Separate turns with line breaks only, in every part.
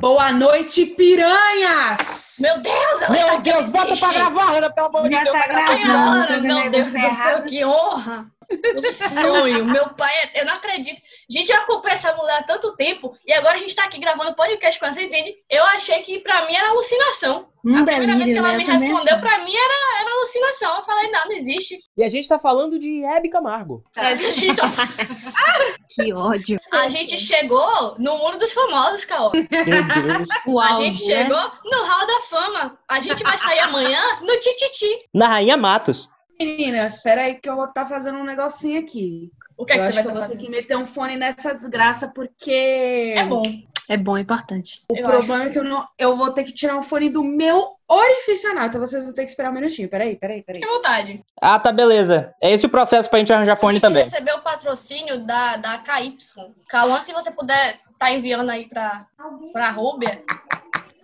Boa noite, piranhas!
Meu Deus, ela está
Meu
aqui,
Deus, volta pra
existe.
gravar, Ana, pelo amor de
Já
Então
Deus.
tá
tá gravando.
Ai,
Não,
Ana,
né?
tô
meu
vendo
Deus do
você é
céu,
errado.
que honra! Que sonho! Meu pai, é- eu não acredito. Gente, eu acompanho essa mulher há tanto tempo e agora a gente tá aqui gravando podcast com ela, você entende? Eu achei que pra mim era alucinação.
Hum,
a primeira vez que
né?
ela me respondeu, pra mim era, era alucinação. Eu falei, não, não existe.
E a gente tá falando de Hebe Camargo.
A gente, tá-
Que ódio.
a gente chegou no mundo dos famosos, Caô.
Meu Deus.
O
A
áudio,
gente
né?
chegou no hall da fama. A gente vai sair amanhã no Tititi.
Na Rainha Matos.
Meninas, espera aí que eu vou estar fazendo um negocinho aqui.
O que é
eu
que você
acho
vai
que eu
estar
vou ter
fazendo?
que meter um fone nessa desgraça, porque
É bom.
É bom, é importante.
o
eu
problema é que eu, não, eu vou ter que tirar um fone do meu orifício anal, então vocês vão ter que esperar um minutinho. Peraí, peraí, peraí.
Fique à vontade.
Ah, tá, beleza. É esse o processo pra gente arranjar
a
fone
gente
também.
recebeu o patrocínio da, da KY. Cauã, se você puder tá enviando aí pra, pra Rúbia,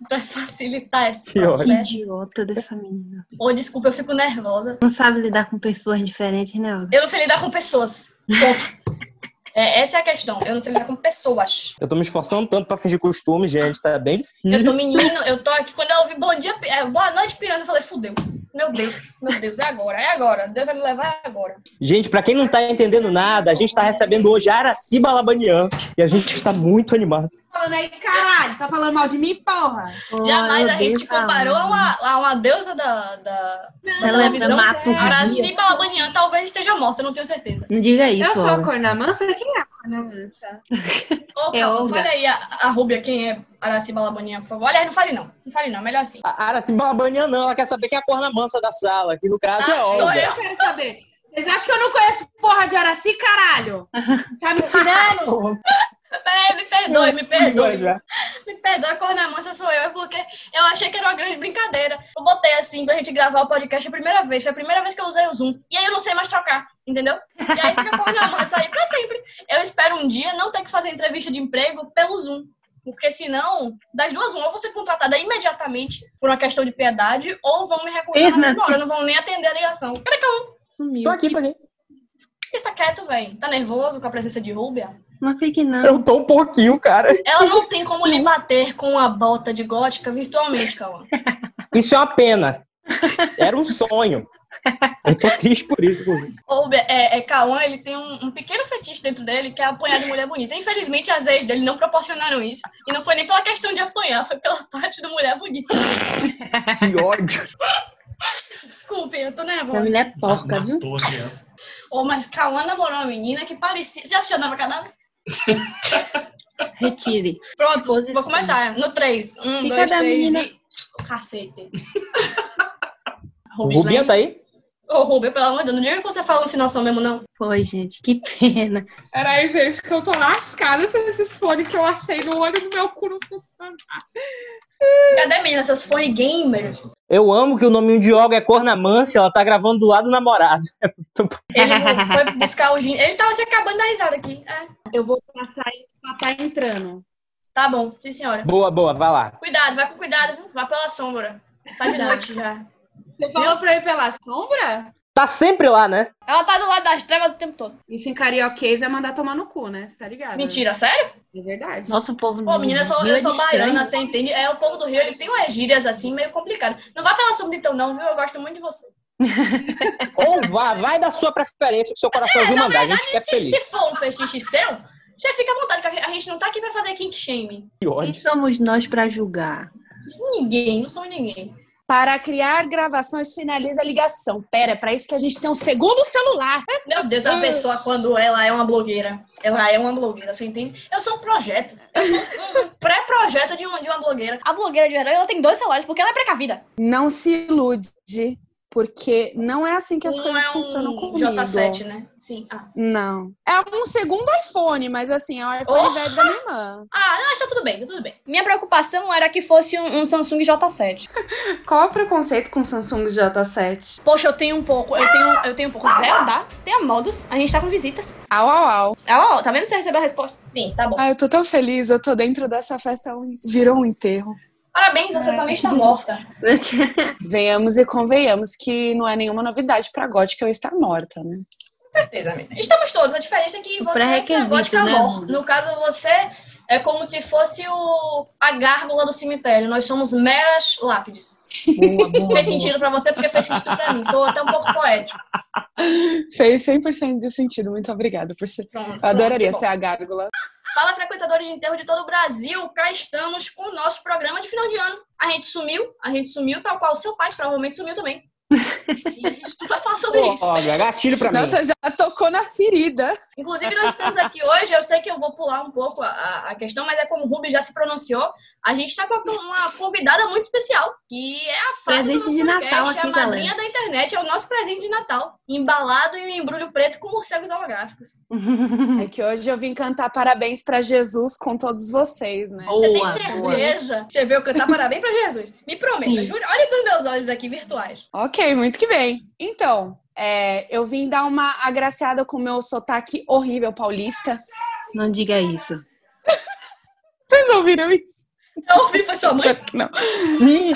pra facilitar esse
Que
processo.
Que idiota dessa menina.
Ou desculpa, eu fico nervosa.
Não sabe lidar com pessoas diferentes, né? Olga?
Eu não sei lidar com pessoas. Ponto. É, essa é a questão. Eu não sei lidar com pessoas.
Eu tô me esforçando tanto pra fingir costume, gente. Tá bem difícil.
Eu tô menino, eu tô aqui. Quando eu ouvi bom dia, é, boa noite, Piranha, eu falei, fudeu. Meu Deus, meu Deus, é agora, é agora. Deus vai me levar é agora.
Gente, pra quem não tá entendendo nada, a gente tá recebendo hoje a Araciba Labanian. E a gente está muito animado.
tá falando aí, caralho, tá falando mal de mim, porra?
Jamais
Ela
a gente
odeia
comparou a
falar.
uma, a uma deusa da, da, da
Ela é
televisão.
uma porcaria.
Araci Balabanian talvez esteja morta, eu não tenho certeza.
Não diga
eu
isso,
sou a
Olga.
corna mansa? Quem é a corna mansa?
Ô,
É
calma,
Olga.
fala aí a, a Rúbia, quem é Araci Balabanian, por favor. Aliás, não fale não. Não fale não, melhor assim.
A Araciba Labanian não, ela quer saber quem é a corna mansa da sala, que no caso é
Ah, sou
Olga.
eu.
Eu quero saber. Vocês acham que eu não conheço porra de Araci, caralho? Tá me tirando?
Peraí, me perdoe, me
Dois,
perdoe.
já.
Me perdoe, a Corna Mansa sou eu, é porque eu achei que era uma grande brincadeira. Eu botei assim pra gente gravar o podcast a primeira vez. Foi a primeira vez que eu usei o Zoom. E aí eu não sei mais trocar, entendeu? E aí fica a Corna Mansa aí pra sempre. Eu espero um dia não ter que fazer entrevista de emprego pelo Zoom. Porque senão, das duas, uma, ou vou ser contratada imediatamente por uma questão de piedade, ou vão me recusar na
Fernanda.
mesma hora, não vão nem atender a ligação. Cadê Cauã?
Tô
Sumiu.
aqui, tô aqui.
Por que você tá quieto, velho? Tá nervoso com a presença de Rúbia?
Não fique, não.
Eu tô um pouquinho, cara.
Ela não tem como lhe bater com a bota de gótica virtualmente, Cauã.
Isso é uma pena. Era um sonho. Eu tô triste por isso, inclusive.
Ou, é, é, Cauã, ele tem um, um pequeno fetiche dentro dele que é apanhar de mulher bonita. Infelizmente, as ex dele não proporcionaram isso. E não foi nem pela questão de apanhar, foi pela parte do mulher bonita.
Que ódio.
Desculpe, eu tô
Essa
nervosa.
mulher é porca, viu?
Matou a criança.
Ô, mas Cauã namorou uma menina que parecia. Você assistiu Nova Cadáver?
Retire.
Pronto,
Posição.
vou começar. No 3. Um,
Fica
dois,
da
três
menina.
e. Cacete. né?
O Rubinho tá aí?
Ô, Rubia, pelo amor de Deus, não diga que você fala alucinação mesmo, não.
Foi, gente. Que pena.
Peraí, gente, que eu tô lascada se esses fones que eu achei no olho do meu cu não funcionam.
Cadê, menina, seus fone gamer?
Eu amo que o nominho de Olga é Cornamância, ela tá gravando do lado do namorado.
Ele foi buscar o gin. Ele tava se acabando da risada aqui. É.
Eu vou passar aí pra tá entrando.
Tá bom, sim, senhora.
Boa, boa, vai lá.
Cuidado, vai com cuidado, viu? Vai pela sombra. Tá de noite já.
Você
tá
falou pra eu ir pela sombra?
Tá sempre lá, né?
Ela tá do lado das trevas o tempo todo.
Isso em carioquês é mandar tomar no cu, né? Você tá ligado? né?
Mentira, sério?
É verdade.
Nosso povo.
Pô, menina, eu sou,
Rio
eu
é
sou
estranho.
baiana, você entende? É, o povo do Rio, ele tem umas gírias assim, meio complicado. Não vai pela sombra então, não, viu? Eu gosto muito de você.
Ou vá, vai da sua preferência, que seu coraçãozinho
na
mandar. A gente quer
verdade, se,
feliz.
se for um fetiche seu, você fica à vontade, que a gente não tá aqui pra fazer kink shaming.
Que
Quem
ódio.
somos nós pra julgar?
Ninguém, não sou ninguém.
Para criar gravações, finaliza a ligação. Pera, é para isso que a gente tem um segundo celular.
Meu Deus, a pessoa quando ela é uma blogueira, ela é uma blogueira, você entende? Eu sou um projeto. Eu sou um um pré-projeto de uma, de uma blogueira.
A blogueira de verdade, ela tem dois celulares porque ela é precavida.
Não se ilude, porque não é assim que as
Um
coisas
é um
funcionam comigo.
J7, né? Sim. Ah,
Não. É um segundo iPhone, mas assim, é um iPhone
Porra!
velho da minha irmã.
ah não, está tudo bem, tá tudo bem.
Minha preocupação era que fosse um, um Samsung J7.
Qual é o preconceito com Samsung J7?
Poxa, eu tenho um pouco, eu tenho, eu tenho um pouco zero, tá? Tem a modos, a gente tá com visitas.
Au, au, au.
Ah, ó, tá vendo? Você recebeu a resposta.
Sim, tá bom.
Ah, eu tô tão feliz, eu tô dentro dessa festa, um- virou um enterro.
Parabéns, você também está morta.
Venhamos e convenhamos que não é nenhuma novidade pra Gótica eu estar morta, né?
Com certeza, amiga. Estamos todos. A diferença é que você é
pré-requisito,
gótica
né,
amor.
amor?
No caso, você é como se fosse o... a gárgula do cemitério. Nós somos meras lápides.
Boa, boa, boa.
Fez sentido pra você porque fez sentido pra mim. Sou até um pouco poético.
Fez 100% de sentido. Muito obrigada por ser.
Pronto.
Eu adoraria
pronto,
ser a gárgula.
bom. Fala, frequentadores de enterro de todo o Brasil. Cá estamos com o nosso programa de final de ano. A gente sumiu, a gente sumiu, tal qual o seu pai provavelmente sumiu também. E a gente não vai falar sobre isso.
Logo, é gatilho pra mim.
Nossa, já tocou na ferida.
Inclusive, nós estamos aqui hoje. Eu sei que eu vou pular um pouco a- a, a questão, mas é como o Rubi já se pronunciou. A gente está com uma convidada muito especial, que é a Fada do
Presente
nosso
de
podcast,
Natal
é a
aqui,
madrinha da internet, é o nosso presente de Natal, embalado em um embrulho preto com morcegos holográficos.
É que hoje eu vim cantar parabéns pra Jesus com todos vocês, né?
Você tem
Boa,
certeza que você veio cantar parabéns pra Jesus? Me prometa,
Sim.
juro. Olha pros meus olhos aqui virtuais.
Ok, muito que bem. Então, é, eu vim dar uma agraciada com o meu sotaque horrível paulista.
Não diga isso.
Vocês não viram isso?
Eu ouvi, foi sua mãe.
Claro que não.
Sim.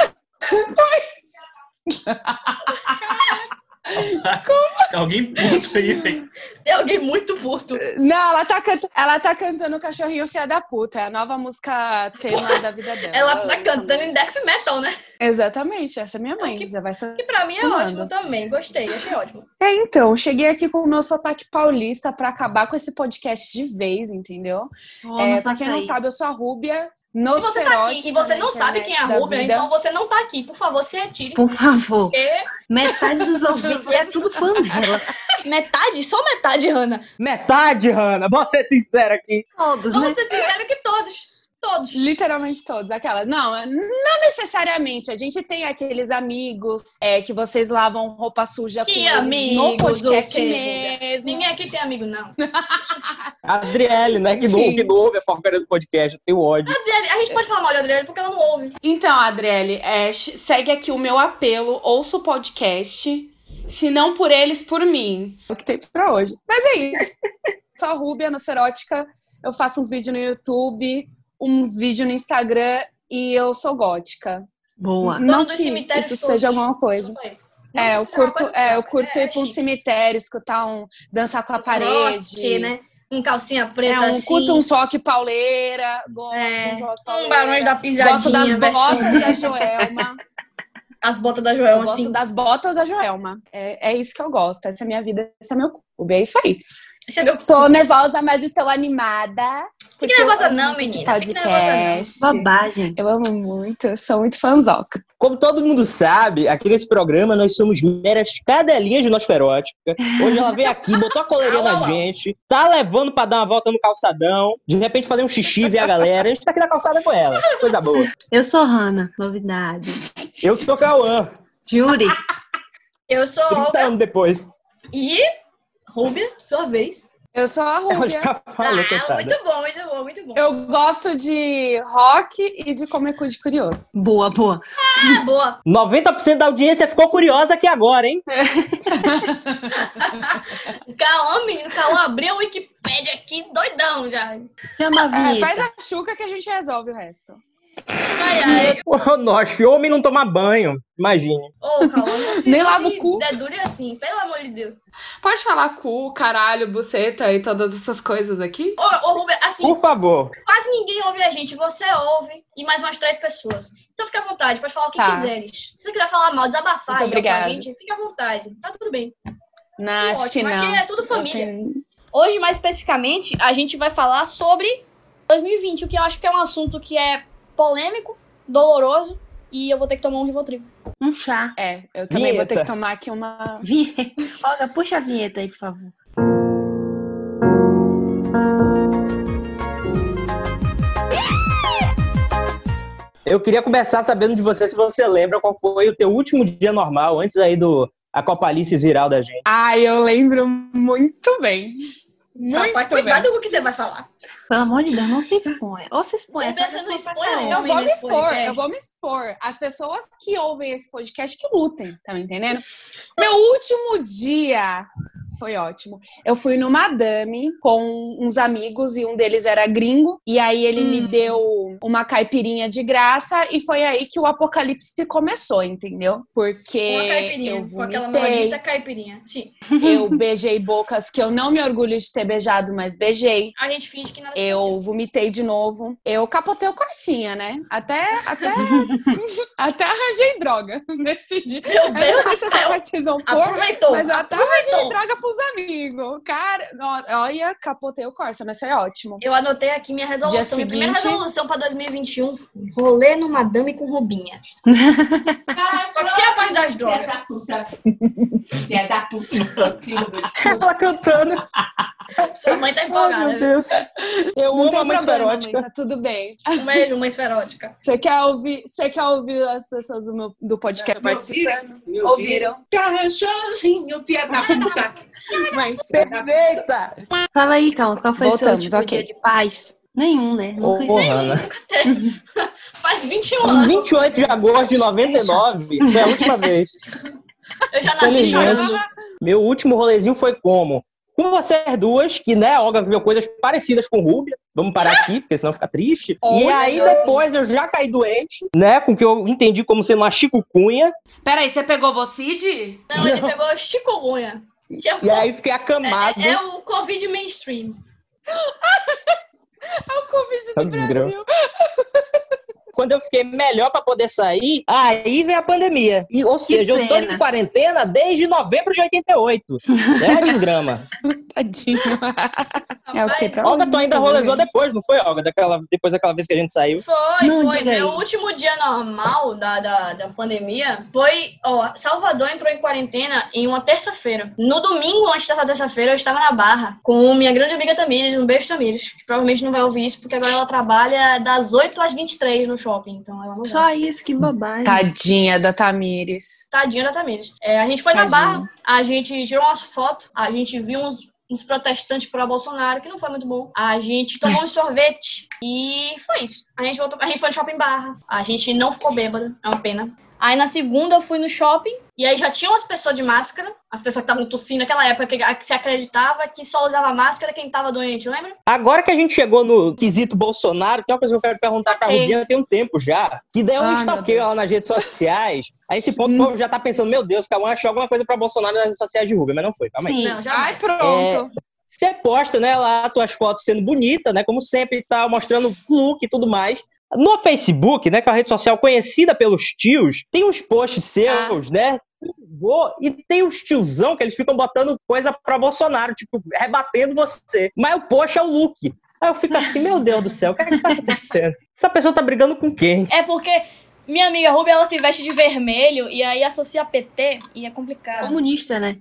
Alguém puto aí, hein?
Tem alguém muito puto.
Não, ela tá, canta- ela tá cantando Cachorrinho Fia da Puta. É a nova música tema da vida dela.
Ela tá
Eu-
cantando em death metal, né?
Exatamente, essa é minha mãe. Já vai ser
Que pra mim é
Acostumada.
ótimo também. Gostei, achei ótimo.
É, então, cheguei aqui com o meu sotaque paulista pra acabar com esse podcast de vez, entendeu?
Oh,
é,
não
pra
faça
quem não
isso.
sabe, eu sou a Rúbia.
E você
é
tá aqui e você não sabe quem é a Rubia, então você não tá aqui. Por favor, se retire.
Por favor,
Porque
metade dos ouvintes é tudo fã dela.
Metade? Só metade, Hannah.
Metade, Hanna. Vou ser sincera aqui.
Todos, né?
vamos ser sinceros que todos. Todos.
Literalmente todos, aquela. Não, é- não necessariamente. A gente tem aqueles amigos é, que vocês lavam roupa suja
Que
com eles
amigos,
no podcast
o quê,
mesmo.
Ninguém aqui tem amigo, não.
Adriele, né? Que não,
Sim.
que não ouve a porcaria do podcast. Eu tenho ódio.
Adriele, a gente pode falar mal de Adriele porque ela não ouve.
Então, Adriele, é, ch- segue aqui o meu apelo, ouça o podcast. Se não por eles, por mim.
É o que tem pra hoje. Mas é isso. Sou a Rúbia Nocerótica. Eu faço uns vídeos no YouTube, uns vídeos no Instagram e eu sou gótica.
Boa.
Não
dos
que
cemitérios
isso
todos.
seja alguma coisa.
Não foi isso. Não
É,
precisa
eu
ser
curto,
uma coisa
é, eu
nova,
curto
é
ir pra um
chique.
cemitério, escutar um. dançar com a
Os
parede.
rock, né? Um calcinha preta
É, um,
assim.
Curto um rock pauleira. Gosto
É,
de um rock
um
pauleira.
barões da
Gosto das
pisadinha.
botas
vestido.
um da Joelma.
As botas da
Eu
Joelma,
gosto
assim.
das botas da Joelma. É, é isso que eu gosto. Essa é minha vida, esse é meu clube. É isso aí.
Esse é meu...
Tô nervosa, mas estou animada. porque Então, eu
nervosa
amo
não,
muito esse
menina. Fique nervosa
podcast.
Babagem.
Eu amo muito, eu sou muito fanzoca.
Como todo mundo sabe, aqui nesse programa nós somos meras cadelinhas de Nosferótica. Hoje ela veio aqui, botou a coleirinha na gente, tá levando pra dar uma volta no calçadão, de repente fazer um xixi, ver a galera. A gente tá aqui na calçada com ela. Coisa boa.
Eu sou Hanna, novidade.
Eu sou Cauã,
Júri,
Eu sou a
Então
30
tá.
Olga
anos depois.
e... Rúbia, sua vez.
Eu sou a
Ela
Rúbia.
já falou,
ah,
coitada.
muito bom, muito bom, muito bom.
Eu gosto de rock e de comer cu de curioso.
boa, boa.
Ah, boa.
90% da audiência ficou curiosa aqui agora, hein?
Calma, menino. Calma, abriu a Wikipédia aqui, doidão já.
Chama a
É,
vinheta.
faz a chuca que a gente resolve o resto.
Ai, ai.
Ô, Nossa, homem não tomar banho. Imagine.
Ô, Calma, não se,
Nem
não
lava
se
o cu.
dedure assim, pelo amor de Deus.
Pode falar cu, caralho, buceta e todas essas coisas aqui?
Ô, ô Rúbia, assim,
Por favor.
quase ninguém ouve a gente. Você ouve e mais umas três pessoas. Então fica à vontade, pode falar o que
Tá.
quiseres. Se você quiser falar mal, desabafar aí
Muito
com a
obrigada.
gente, fica à vontade. Tá tudo bem.
Não, acho que
Ótimo, aqui
não.
é tudo família.
Hoje, mais especificamente, a gente vai falar sobre 2020, o que eu acho que é um assunto que é polêmico, doloroso, e eu vou ter que tomar um Rivotril.
Um chá.
É, eu também vou ter
Vinheta.
que tomar aqui uma.
Vinheta. Olga, puxa a vinheta aí, por favor.
Eu queria começar sabendo de você se você lembra qual foi o teu último dia normal, antes aí do acopalices viral da gente.
Ah, eu lembro muito bem. Muito
Rapaz, cuidado com o que você vai falar.
Pelo amor de Deus, não se exponha. Ou se exponha.
Eu penso
essa
no
pessoa
expõe,
tá
não.
carente.
Eu vou me
nesse
expor,
é.
podcast.
eu vou me expor. As pessoas que ouvem esse podcast que lutem, tá me entendendo? Meu último dia foi ótimo. Eu fui
Hum.
no Madame com uns amigos e um deles era gringo. E aí ele me deu uma caipirinha de graça e foi aí que o apocalipse começou, entendeu? Porque
Uma caipirinha,
eu
com aquela
vomitei.
maldita caipirinha. Sim.
Eu beijei bocas que eu não me orgulho de ter beijado, mas beijei.
A gente finge que nada aconteceu.
Eu vomitei de novo. Eu capotei o corsinha, né? Até, até, até arranjei droga nesse dia.
Meu
Eu não
Deus
sei
do céu!
se essa precisam pôr,
Aproveitou!
mas eu até arranjei
aproveitou.
droga pros amigos. Cara, ó- olha, capotei o Corsa, mas foi ótimo.
Eu anotei aqui minha
Dia
resolução. Minha primeira
seguinte-
resolução pra 2021: rolê no Madame com Robinha. Só que tira a parte das drogas.
da puta. Filha da puta.
Ela cantando.
Tá
Sua mãe tá
Ai, meu
empolgada.
Deus. Eu
né? Não
amo
tem
a música
problema,
erótica.
mãe, tá tudo bem.
viu? Um beijo, mãe esferótica.
Você quer ouvir, você quer ouvir as pessoas do, meu, do podcast participando? Ouviram.
Cachorrinho, filha da puta.
Mas
Perfeita!
Fala aí, calma, qual foi
Voltamos,
o seu último
ok.
dia de paz? Nenhum, né? Nunca
Porra, né?
Faz 21
Em
anos.
28 de agosto de 99, foi a última vez.
Eu
Tá
já nasci chorando.
Felizmente, meu último rolezinho foi como? Com vocês duas, que né, a Olga viveu coisas parecidas com Rubia. Vamos parar aqui, porque senão fica triste. e
Olha,
aí
Deus.
depois eu já caí doente, né? Com o que eu entendi como sendo uma chicucunha.
Peraí, você pegou vocid?
Não, ele pegou chikungunya. Que é,
E aí fiquei acamado.
é, é o Covid mainstream.
o Covid
Tá
do
desgrama.
Brasil.
Quando eu fiquei melhor pra poder sair, aí vem a pandemia. E, ou seja, eu tô
pena.
em quarentena desde novembro de 88. né, desgrama.
Tadinho. É o que pra
Olga, tu ainda rolezou depois, não foi, Olga? Daquela, depois daquela vez que a gente saiu.
Foi,
Não,
foi.
diga aí.
Meu último dia normal da, da, da pandemia foi, ó, Salvador entrou em quarentena em uma terça-feira. No domingo, antes dessa terça-feira, eu estava na Barra com minha grande amiga Tamires, um beijo Tamires, que provavelmente não vai ouvir isso, porque agora ela trabalha das 8 às 23 no shopping, então ela não vai.
Só isso, que bobagem.
Tá Tadinha da Tamires.
Tadinha da Tamires. É, a gente foi na
Tadinha.
Barra, a gente tirou umas fotos, a gente viu uns, uns protestantes pro Bolsonaro, que não foi muito bom. A gente tomou um sorvete e foi isso. A gente, voltou, a gente foi no shopping Barra. A gente não ficou bêbada, é uma pena.
Aí na segunda eu fui no shopping.
E aí já tinha umas pessoas de máscara, as pessoas que estavam tossindo naquela época que, que se acreditava que só usava máscara quem tava doente, lembra?
Agora que a gente chegou no quesito Bolsonaro, tem uma coisa que eu quero perguntar pra
Sim.
Rubinha tem um tempo já. Que daí eu
Ah,
um
meu
stalkeio
Deus.
ela nas redes sociais. A esse ponto o povo já tá pensando, meu Deus, Cauã achou alguma coisa pra Bolsonaro nas redes sociais de Rubia, mas não foi, calma aí.
Sim.
Não, já.
Ai, pronto.
Você posta, né, lá tuas fotos sendo bonita, né, como sempre e tal, mostrando look e tudo mais. No Facebook, né, que é uma rede social conhecida pelos tios, tem uns posts seus, né, Vou, e tem uns tiozão que eles ficam botando coisa pra Bolsonaro, tipo, rebatendo você. Mas o post é o look. Aí eu fico assim, meu Deus do céu, o que é que tá acontecendo? Essa pessoa tá brigando com quem?
É porque minha amiga Ruby, ela se veste de vermelho e aí associa PT e é
tá.
complicado.
Comunista, né?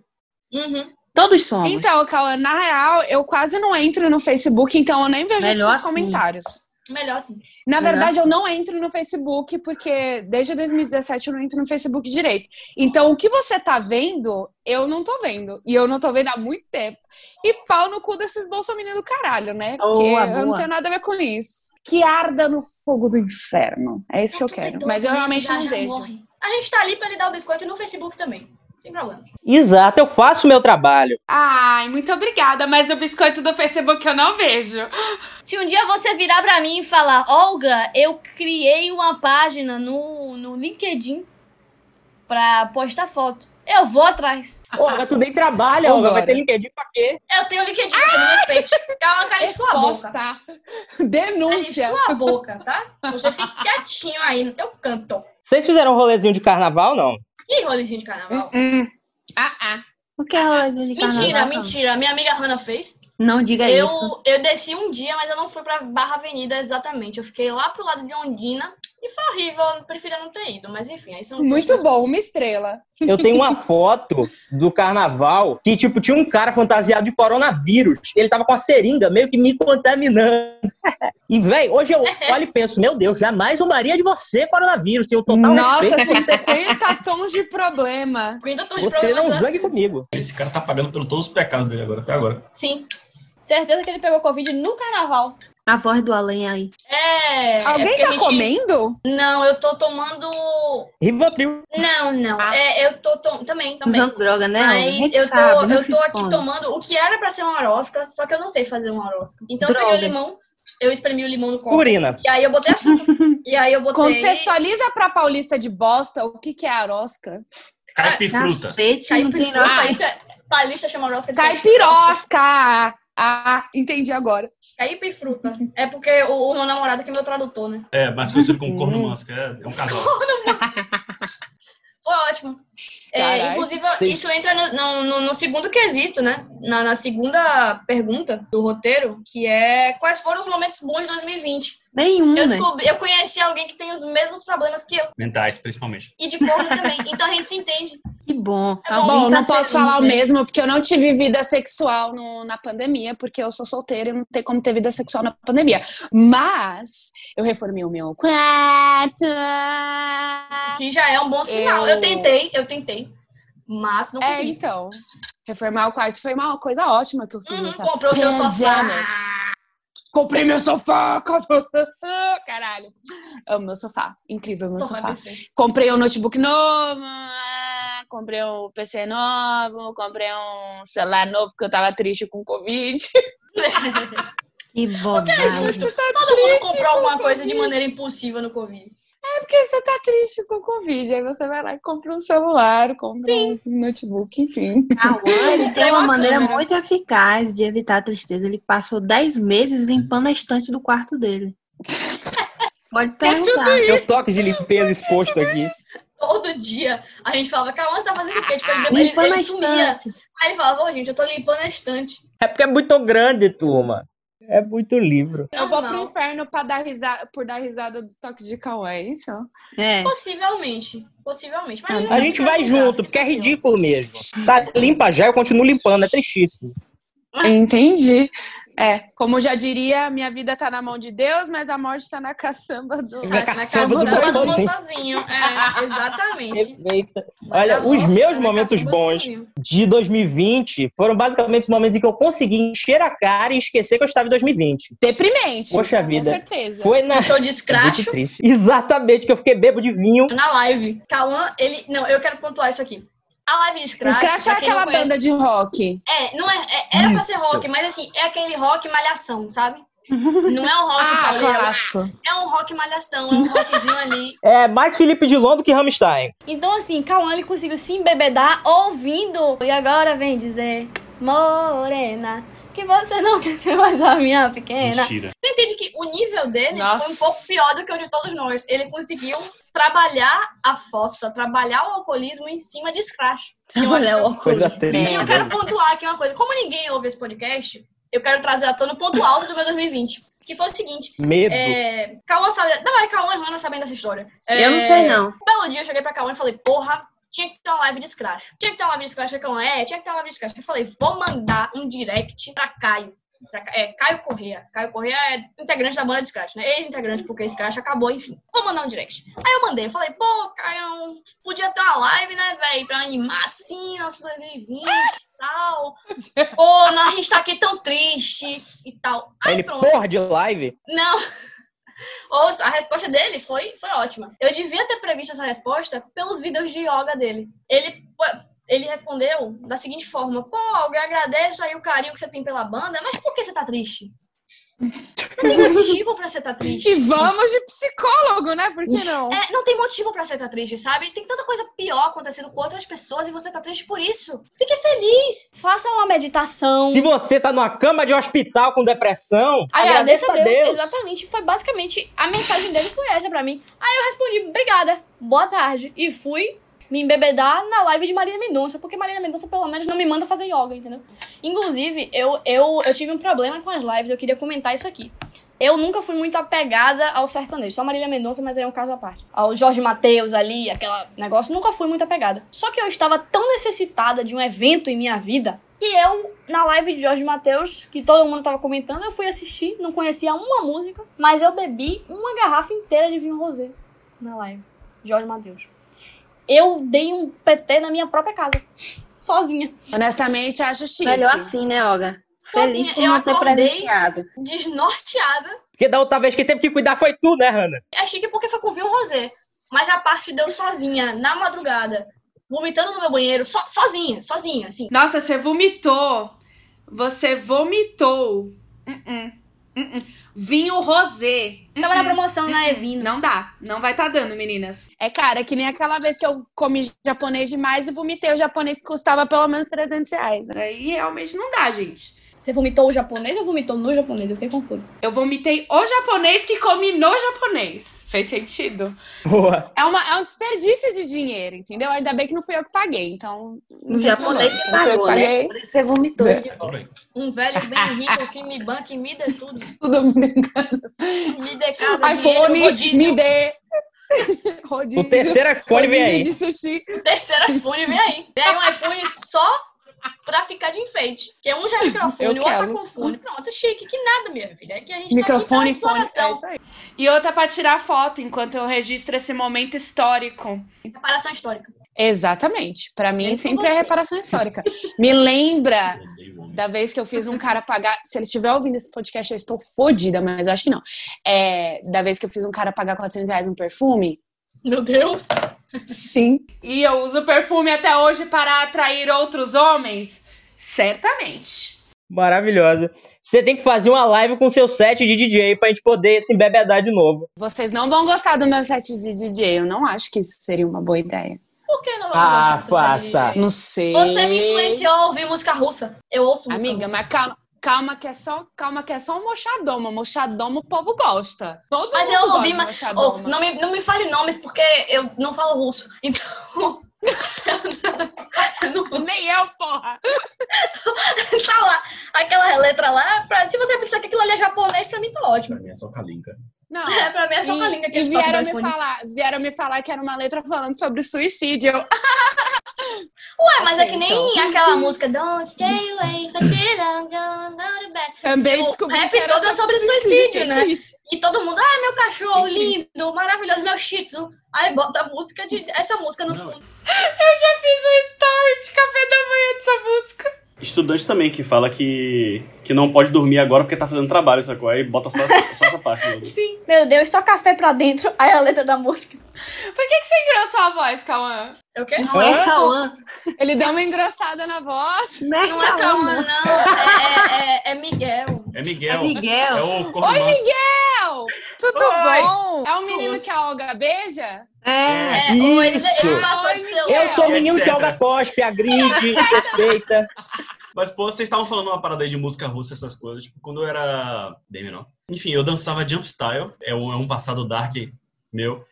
Uhum.
Todos somos.
Então, Cauã, na real, eu quase não entro no Facebook, então eu nem vejo
Melhor
esses
assim.
comentários.
Melhor assim.
Na
Melhor
verdade, eu não entro no Facebook, porque desde 2017 eu não entro no Facebook direito. Então, o que você tá vendo, eu não tô vendo. E eu não tô vendo há muito tempo. E pau no cu desses bolsominions do caralho, né? Porque
Boa,
eu não
boa.
tenho nada a ver com isso. Que arda no fogo do inferno. É isso que eu
É tudo
quero.
idoso,
Mas eu
né?
realmente
Já-
não
já
vejo.
morre. A gente tá ali pra lhe dar o biscoito e no Facebook também. Sem problema.
Exato, eu faço o meu trabalho.
Ai, muito obrigada, mas o biscoito do Facebook eu não vejo.
Se um dia você virar pra mim e falar, Olga, eu criei uma página no, no LinkedIn pra postar foto. Eu vou atrás.
Ô, mas tu nem trabalha,
Vambora.
ó, vai ter LinkedIn pra quê?
Eu tenho o LinkedIn, você me respeite. É Calma, cale sua boca.
Exposta.
Cale
Denúncia.
sua boca, tá? Você fica quietinho aí no teu canto.
Vocês fizeram um rolezinho de carnaval, não?
Ih, rolezinho de carnaval.
Hum. Ah, ah.
O que é rolezinho de carnaval?
Mentira,
Calma.
mentira. Minha amiga Hannah fez.
Não diga
Eu,
é isso.
eu desci um dia, mas eu não fui pra Barra Avenida exatamente. Eu fiquei lá pro lado de Ondina e foi horrível. Eu preferia não ter ido, mas enfim, aí são
Muito bom, uma estrela.
Eu tenho uma foto do carnaval que, tipo, tinha um cara fantasiado de coronavírus. Ele tava com a seringa meio que me contaminando. E, velho, hoje eu olho e penso, meu Deus, jamais zombaria de você, coronavírus. Tenho total
Nossa,
respeito.
assim, 50 tons de problema.
Ainda tô de né?
Você não
problematização.
zangue comigo.
Esse cara tá pagando por todos os pecados dele agora, até agora.
Sim.
Certeza que ele pegou Covid no carnaval.
A voz do além aí.
É. é
Alguém
porque a
tá
gente-
comendo?
Não, eu tô tomando.
Rivotril.
Não, não.
Ah.
É, eu tô to... também, também.
Usando droga, né? Olga? A
Mas
gente
eu tô,
sabe, não
eu
se
tô aqui
esconde.
tomando o que era pra ser uma rosca, só que eu não sei fazer uma rosca. Então eu peguei o
Drogas.
limão, eu espremi o limão no copo.
Purina.
E aí eu botei açúcar. E aí eu botei.
Contextualiza pra paulista de bosta o que, que é arosca.
Caipifruta.
Cacete, não tem
Caipirosca.
nada.
Isso é. Palista chama rosca de
Caipirosca! Ah, entendi agora.
Caipifruta. É porque o, o meu namorado que é meu tradutor, né?
É, mas conhecido como corno máscara. É, é um casal.
Foi ótimo. É,
Caralho.
inclusive, isso entra no, no- no- no segundo quesito, né? Na, na segunda pergunta do roteiro, que é quais foram os momentos bons de 2020?
Nenhum,
Eu
né?
descobri, eu conheci alguém que tem os mesmos problemas que eu.
Mentais, principalmente.
E de corno também. Então a gente se entende.
Que bom.
É
Alguém
Bom,
tá
não posso
feliz,
falar o
né?
mesmo, porque eu não tive vida sexual no- na pandemia, porque eu sou solteira e não tem como ter vida sexual na pandemia. Mas eu reformei o meu quarto.
Que já é um bom sinal. Eu,
Eu-
tentei, eu tentei. Mas não
É,
consegui.
então. Reformar o quarto foi uma coisa ótima que eu fiz.
Uhum,
nessa
comprou seu sofá.
pandemia. Comprei meu sofá! Caralho. Amo meu sofá. Incrível meu
Só vai
sofá.
vencer.
Comprei um notebook novo, ah, comprei um PC novo, comprei um celular novo porque eu tava triste com o Covid.
Que bobagem.
Todo mundo comprou alguma coisa de maneira impulsiva no Covid.
É porque você tá triste com o Covid, aí você vai lá e compra um celular, compra um notebook, enfim.
Cauã, ele tem
Tem
uma
uma
maneira
câmera.
muito eficaz de evitar a tristeza. Ele passou 10 meses limpando a estante do quarto dele.
É
Pode perguntar.
Tem um toque de limpeza exposto aqui.
Todo dia a gente falava, calma, você tá fazendo o quê? Tipo, ele, ele,
Limpando a
ele sumia.
estante.
Aí ele falava, ô gente, eu tô limpando a estante.
É porque é muito grande, turma. É muito livro.
Eu vou pro
Normal.
inferno pra dar risada, por dar risada do toque de Cauã, é isso?
É.
Possivelmente. Possivelmente. Mas
Ah,
ele não
A gente
quer
vai
mudar,
junto, porque é
entendeu?
ridículo mesmo. Tá limpa já, eu continuo limpando, é tristíssimo.
Entendi. É, como eu já diria, minha vida tá na mão de Deus, mas a morte tá na caçamba do.
Sabe, Na
né, Caçamba
casa
do
do
motozinho.
motozinho. É, exatamente.
Perfeita.
Mas
Olha,
a
os
volta
meus
na
momentos
caçamba do
bons.
motozinho.
De 2020 foram basicamente os momentos em que eu consegui encher a cara e esquecer que eu estava em 2020.
Deprimente.
Poxa
Com
vida.
certeza.
Foi na.
Show de escracho.
Muito triste. Exatamente, que eu fiquei bêbado de vinho.
na live. Cauã, ele. Não, eu quero pontuar isso aqui. A live de Scratch.
Scratch é
pra quem não
aquela
conhece-
banda de rock.
É, não é, é- era pra ser
Isso.
rock, mas assim, é aquele rock malhação, sabe? Não é um rock
Ah,
pauleiro,
clássico.
é um rock malhação, é um rockzinho ali.
É mais Felipe Dilon do que Rammstein.
Então, assim, Cauã ele conseguiu se embebedar ouvindo. E agora vem dizer, Morena, que você não quer ser mais a minha pequena.
Mentira.
Você entende que o nível dele
Nossa.
foi um pouco pior do que o de todos nós. Ele conseguiu trabalhar a fossa, trabalhar o alcoolismo em cima de Scratch.
Trabalhar o
Coisa
óculos.
E
triste.
eu quero pontuar aqui uma coisa. Como ninguém ouve esse podcast, eu quero trazer à tona o ponto alto do meu 2020. Que foi o seguinte,
Medo.
é, Cauã sabe, não é Cauã e Rana sabem dessa história. É,
Eu não sei, não.
Um belo dia eu cheguei pra Cauã e falei, porra, tinha que ter uma live de Scratch. Tinha que ter uma live de Scratch, Cauã, é, tinha que ter uma live de Scratch. Eu falei, vou mandar um direct pra Caio. Pra Ca- é, Caio Correia. Caio Correia é integrante da banda de Scratch, né? Ex-integrante, porque Scratch acabou, enfim. Vou mandar um direct. Aí eu mandei, eu falei, pô, Caio, podia ter uma live, né, velho? Pra animar assim, nosso 2020 e tal. Pô, não, a gente tá aqui tão triste e tal. Aí
Aí ele,
pronto.
porra de live.
Não. Ouça, a resposta dele foi, foi ótima. Eu devia ter previsto essa resposta pelos vídeos de yoga dele. Ele, ele respondeu da seguinte forma: Pô, eu agradeço aí o carinho que você tem pela banda, mas por que você tá triste? Não tem motivo pra você tá
E
triste.
vamos de psicólogo, né? Por que não?
É, não tem motivo pra você tá triste, sabe? Tem tanta coisa pior acontecendo com outras pessoas e você tá triste por isso. Fique feliz.
Faça uma meditação.
Se você tá numa cama de hospital com depressão,
Agradeça a Deus.
Deus.
Exatamente. Foi basicamente a mensagem dele foi essa pra mim. Aí eu respondi, obrigada, boa tarde. E fui me embebedar na live de Marília Mendonça, porque Marília Mendonça pelo menos não me manda fazer yoga, entendeu? Inclusive, eu, eu, eu tive um problema com as lives, eu queria comentar isso aqui. Eu nunca fui muito apegada ao sertanejo, só Marília Mendonça, mas aí é um caso à parte. Ao Jorge Mateus ali, aquela negócio, nunca fui muito apegada. Só que eu estava tão necessitada de um evento em minha vida que eu, na live de Jorge Mateus, que todo mundo tava comentando, eu fui assistir, não conhecia uma música, mas eu bebi uma garrafa inteira de vinho rosé na live. Jorge Mateus. Eu dei um PT na minha própria casa, sozinha.
Honestamente, acho
É,
chique.
Melhor assim, né, Olga? Feliz
Sozinha,
por
assim, eu
não ter
acordei.
presenciado.
Desnorteada.
Porque da outra vez que teve que cuidar foi tu, né, Hanna?
É chique porque foi com vinho rosé. Mas a parte deu sozinha, na madrugada, vomitando no meu banheiro, so- sozinha, sozinha, assim.
Nossa, você vomitou. Você vomitou. Uh-uh. Vinho rosé.
Tava na promoção na Evina.
Não dá. Não vai tá dando, meninas.
É, cara, que nem aquela vez que eu comi japonês demais e vomitei o japonês que custava pelo menos 300 reais. né?
Aí realmente não dá, gente.
Você vomitou o japonês ou vomitou no japonês? Eu fiquei confusa.
Eu vomitei o japonês que comi no japonês. Fez sentido?
Boa.
É, uma, é um desperdício de dinheiro, entendeu? Ainda bem que não fui eu que paguei, então.
O japonês
Não,
que
não foi eu que
pagou, né?
paguei.
Por isso você vomitou.
É.
de
Tudo
volta.
bem.
Um velho bem rico que me banca e me dê tudo.
Tudo bem.
Me dê casa,
iPhone,
dinheiro, rodízio.
me dê. rodízio.
O terceiro iPhone vem
rodízio
aí.
de sushi.
Terceiro iPhone, vem aí. Vem aí um iPhone só pra ficar de enfeite. Porque um já é
Eu
microfone, o outro tá
quero.
com fone. Pronto, chique. Que nada, minha filha. Aqui a gente
Microfone,
tá
fone.
aqui pela
É
exploração.
isso aí.
E outra pra tirar foto enquanto eu registro esse momento histórico.
Reparação histórica.
Exatamente. Pra mim,
Eu sou
sempre é
você.
reparação histórica. Me lembra
Eu odeio o homem.
da vez que eu fiz um cara pagar. Se ele estiver ouvindo esse podcast, eu estou fodida, mas eu acho que não. É, da vez que eu fiz um cara pagar 400 reais um perfume.
Meu Deus.
Sim.
E eu uso perfume até hoje para atrair outros homens? Certamente.
Maravilhosa. Você tem que fazer uma live com seu set de DJ pra gente poder assim, se embebedar de novo.
Vocês não vão gostar do meu set de DJ. Eu não acho que isso seria uma boa ideia.
Por que não vamos
Ah,
gostar dessa
faça.
série de-
Não sei.
Você me influenciou a ouvir música russa. Eu ouço música
Amiga,
russa.
mas calma. Calma que é só, calma que é só um mochadoma. Mochadoma o povo gosta. Todo
Mas
mundo
eu ouvi,
gosta de
mas- Oh,
mochadoma.
não, me, não me fale nomes, porque eu não falo russo. Então. não,
Nem eu, porra.
tá lá. Aquela letra lá, pra- se você pensar que aquilo ali é japonês, pra mim tá ótimo.
Pra mim é só Kalinka.
Não.
É, pra mim é só uma
E,
língua que
e
eles tocam
vieram
no
me
iPhone.
falar, vieram me falar que era uma letra falando sobre suicídio. Eu,
Ué, mas é que nem
Então.
aquela música Don't stay away for too long, don't go to bed.
também
O
descobri
rap
que era
todo é sobre suicídio, né?
Isso.
E todo mundo, ah, meu cachorro,
Que triste.
lindo, maravilhoso, meu shih tzu. Aí bota a música de, essa música no fundo.
Eu fiz um story de café da manhã dessa música.
Estudante também que fala que, que não pode dormir agora porque tá fazendo trabalho, sacou? Aí bota só essa, só essa parte. né?
Sim.
Meu Deus, só café pra dentro. Aí a letra da música.
Por que, que você engrossou a voz, Cauã?
É o quê?
Não é Cauã.
Ele deu uma engrossada na voz.
Não é
tá
Não é
Cauã,
Cauã,
não.
não. É, é, é, é Miguel.
É
É
Miguel.
Miguel.
É o corno manso.
Miguel, tudo
Oi.
bom? É o menino que a Olga beija?
É.
É, ou ele-
Isso.
ele passou
Oi,
de seu
Miguel.
Eu sou o menino
Etc.
que Olga Cospe, agride, respeita.
Mas, pô, vocês estavam falando uma parada aí de música russa, essas coisas. Tipo, quando eu era bem menor. Enfim, eu dançava Jump Style. É um, é um passado dark meu.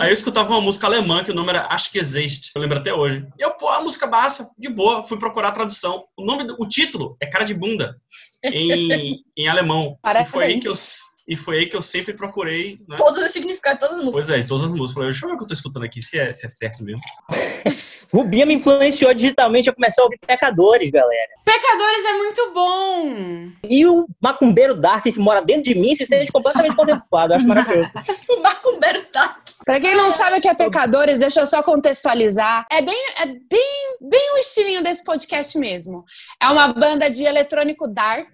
Aí eu escutava uma música alemã que o nome era Acho que Existe. Eu lembro até hoje. Eu, pô, a música baixa, de boa. Fui procurar a tradução. O nome, do, o título é Cara de Bunda. Em, em alemão. E
Parabéns.
foi, aí que eu, s- e foi aí que eu sempre procurei, né?
Todos os significados, todas as músicas.
Pois é, de todas as músicas. Falei, deixa eu ver o que eu tô escutando aqui, se é, se é certo mesmo.
Rubinha me influenciou digitalmente a começar a ouvir pecadores, galera.
Pecadores é muito bom.
E o macumbeiro Dark que mora dentro de mim se sente completamente contemplado. Acho maravilhoso.
O Tipo, Marco Bero tá.
Pra quem não sabe o que é pecadores, deixa eu só contextualizar. É bem, é bem, bem o estilinho desse podcast mesmo. É uma banda de eletrônico dark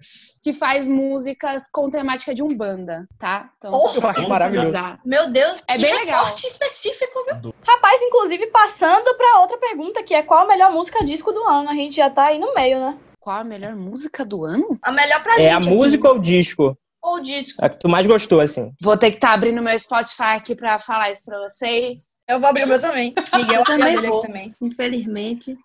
que faz músicas com temática de umbanda, tá? Então, só
Eu acho
pra
maravilhoso.
contextualizar.
Meu Deus,
É
que
bem legal.
recorte específico, viu?
Rapaz, inclusive, passando pra outra pergunta, que é qual a melhor música disco do ano? A gente já tá aí no meio, né?
Qual a melhor música do ano?
A melhor pra gente.
É a
assim.
música ou o disco?
Ou o disco.
A que tu mais gostou, assim.
Vou ter que estar abrindo meu Spotify aqui pra falar isso pra vocês.
Eu vou abrir o meu também. Miguel abre a
também
dele
vou.
aqui também.
Infelizmente.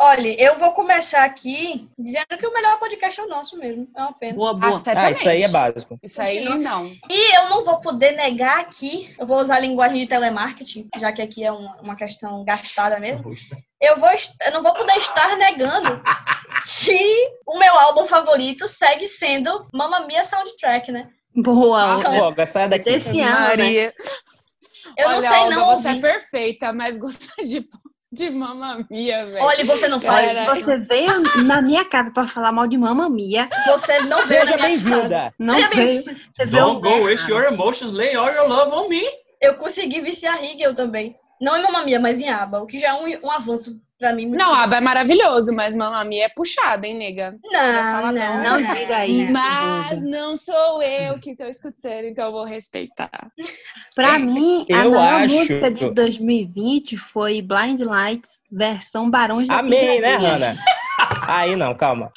Olha, eu vou começar aqui dizendo que o melhor podcast é o nosso mesmo. É uma pena.
Boa, boa.
Ah,
certamente.
isso aí é básico.
Isso aí não.
E eu não vou poder negar aqui. Eu vou usar a linguagem de telemarketing, já que aqui é uma, uma questão gastada mesmo. Eu, vou, est- eu não vou poder estar negando que o meu álbum favorito segue sendo Mamma Mia Soundtrack, né?
Boa,
Ah,
Olga.
Olga, sai daqui.
Desse ano, né?
é. Eu não
Olha,
sei
Olga,
não
Você
ouvir.
é perfeita, mas gosta de, de mamamia, velho.
Olha, você não faz
Cara,
isso.
Você veio na minha casa pra falar mal de Mamma Mia.
Você não veio na minha
Seja
casa.
bem-vinda.
Não
Seja
veio. Você veio.
um
Don't go waste your emotions, lay all your love on me.
Eu consegui viciar Hegel também. Não em Mamma Mia, mas em Aba, o que já é um, um avanço pra mim. muito
Não,
grande.
Aba é maravilhoso, mas mamamia é puxada, hein, nega?
Não, não,
Não diga isso.
Mas não sou eu que tô escutando, então eu vou respeitar.
Pra mim, a
Eu
melhor
acho-
música de 2020 foi Blind Lights, versão Barões da
Amei, né,
Pisadinha.
Hanna? Aí não, calma.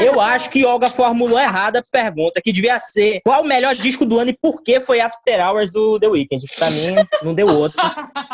Eu acho que Olga formulou errada a pergunta, que devia ser qual o melhor disco do ano e por que foi After Hours do The Weeknd. Pra mim, não deu outro.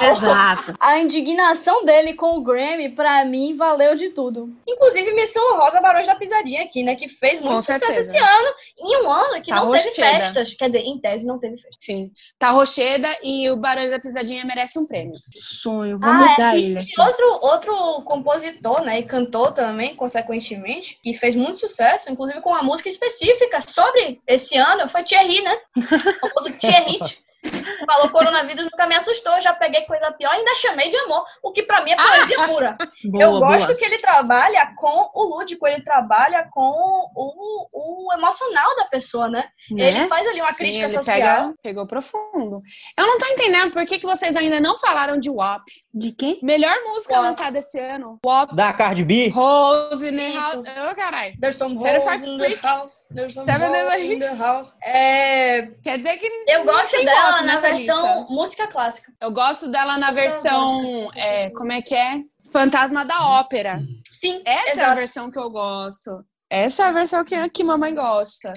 Exato.
A indignação dele com o Grammy, pra mim, valeu de tudo.
Inclusive, menção rosa Barões da Pisadinha aqui, né? Que fez muito
Com
sucesso
certeza.
esse ano. Em um ano que
Tá
não
rosteira.
teve festas. Quer dizer, em tese não teve festa.
Sim. Tá Rocheda e o Barões da Pisadinha merece um prêmio.
Sonho, vamos
Ah,
dar
é,
ele.
E outro, outro compositor, né, e cantor também, consequentemente, que fez muito sucesso, inclusive com uma música específica sobre esse ano, foi Thierry, né? O famoso Thierry. Falou, coronavírus nunca me assustou, já peguei coisa pior, ainda chamei de amor, o que pra mim é
Ah!
poesia pura.
Boa,
eu gosto
boa.
que ele trabalha com o lúdico, ele trabalha com o, o emocional da pessoa, né? Ele
Né?
faz ali uma
Sim,
crítica
ele
social.
pega- pegou profundo. Eu não tô entendendo por que, que vocês ainda não falaram de WAP.
De quem?
Melhor música
WAP.
lançada esse ano. WAP,
Da Cardi B?
Rose, né?
Isso.
Ô, caralho.
There's some
Sério,
balls
faz tá
in
freak.
the house. There's some
Seven
balls
Days a
in the
Week.
house. É,
Quer dizer que
eu
não
gosto
tem
dela
WAP
na
nessa
versão
lista.
música clássica.
Eu gosto dela na
gosto
versão.
dessa.
é, como é que é? Fantasma da Ópera.
Sim,
Essa é a
Exato.
versão que eu gosto. Essa é a versão que, que mamãe gosta.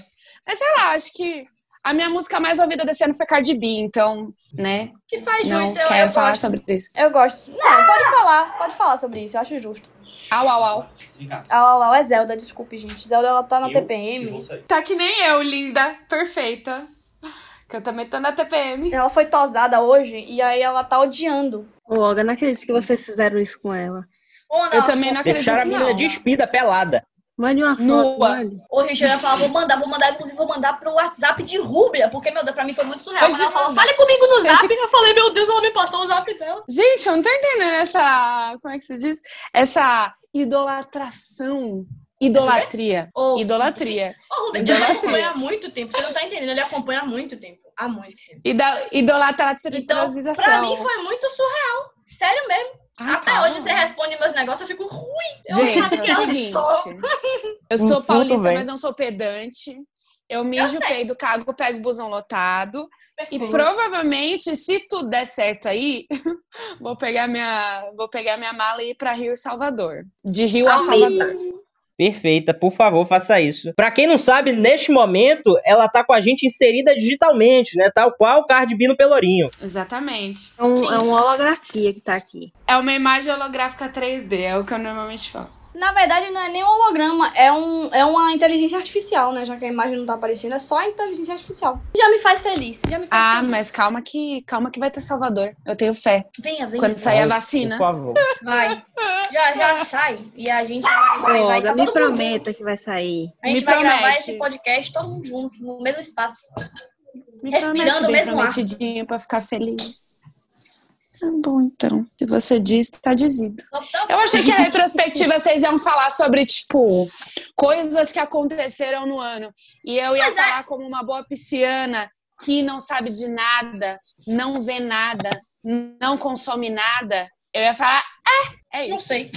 Mas sei lá, acho que a minha música mais ouvida desse ano foi Cardi B, então, né?
que faz
não
jus. Eu,
quero
eu
falar
gosto.
sobre isso.
Eu gosto. Não, pode falar, pode falar sobre isso, eu acho justo.
Au, au, au.
Ah, lá, lá, é Zelda, desculpe, gente. Zelda, ela tá na
Eu que
TPM.
vou sair.
Tá que nem eu, linda, perfeita. Que eu também tô na TPM.
Ela foi tosada hoje e aí ela tá odiando.
Ô, Olga, não acredito que vocês fizeram isso com ela.
Ou não,
Eu também não acredito.
Deixaram a menina
não.
despida, pelada.
Mande uma foto,
Nua.
olha.
O Richard ia falar, vou mandar, vou mandar, inclusive vou mandar pro WhatsApp de Rubia, porque, meu Deus, pra mim foi muito surreal.
Pois
Quando ela
é.
falou, fale comigo no
Esse-
zap, assim, eu falei, meu Deus, ela me passou o zap dela.
Gente, eu não tô entendendo essa. Como é que se diz? Essa idolatração. Idolatria.
Ô,
Idolatria.
Ô, Rubem, ele
Idolatria.
acompanha há muito tempo. Você não tá entendendo, ele acompanha há muito tempo. Há muito tempo.
Ida- Idolatratrização.
Então, pra mim foi muito surreal. Sério mesmo.
Ah,
Até
calma.
hoje você responde meus negócios, eu fico ruim. Eu não
Gente,
sabia que
é
era
o
só.
seguinte. Eu
Um
sou
surto
paulista,
vem.
mas não sou pedante. Eu
Eu
mijo,
sei.
peido, cago, pego busão lotado. E
Perfeito.
provavelmente, se tudo der certo aí, vou pegar minha, vou pegar minha mala e ir pra Rio e Salvador. De Rio a Salvador.
Perfeita, por favor, faça isso. Pra quem não sabe, neste momento, ela tá com a gente inserida digitalmente, né? Tal qual Cardi B no Pelourinho.
Exatamente.
É, um, é uma holografia que tá aqui.
É uma imagem holográfica 3D, é o que eu normalmente falo.
Na verdade, não é nem um holograma, é, um, é uma inteligência artificial, né? Já que a imagem não tá aparecendo, é só a inteligência artificial. Já me faz feliz, já me faz
Ah,
feliz.
mas calma que, calma que vai ter Salvador. Eu tenho fé.
Venha, venha.
Quando sair a
Mas,
vacina.
Por favor.
Vai. Já, já sai. E a gente vai,
Ô,
vai, vai.
Olga,
Tá
me
todo mundo junto.
prometa que vai sair.
A gente
Me
vai gravar
promete.
esse podcast todo mundo junto, no mesmo espaço.
Me
Respirando
promete.
o
bem
mesmo ar.
prometidinho pra ficar feliz. Tá bom, então. Se você diz, tá dizido.
Então,
Eu achei que na retrospectiva vocês iam falar sobre, tipo, coisas que aconteceram no ano. E eu ia
Mas é-
falar como uma boa pisciana que não sabe de nada, não vê nada, não consome nada. Eu ia falar, é, é
não
isso.
sei.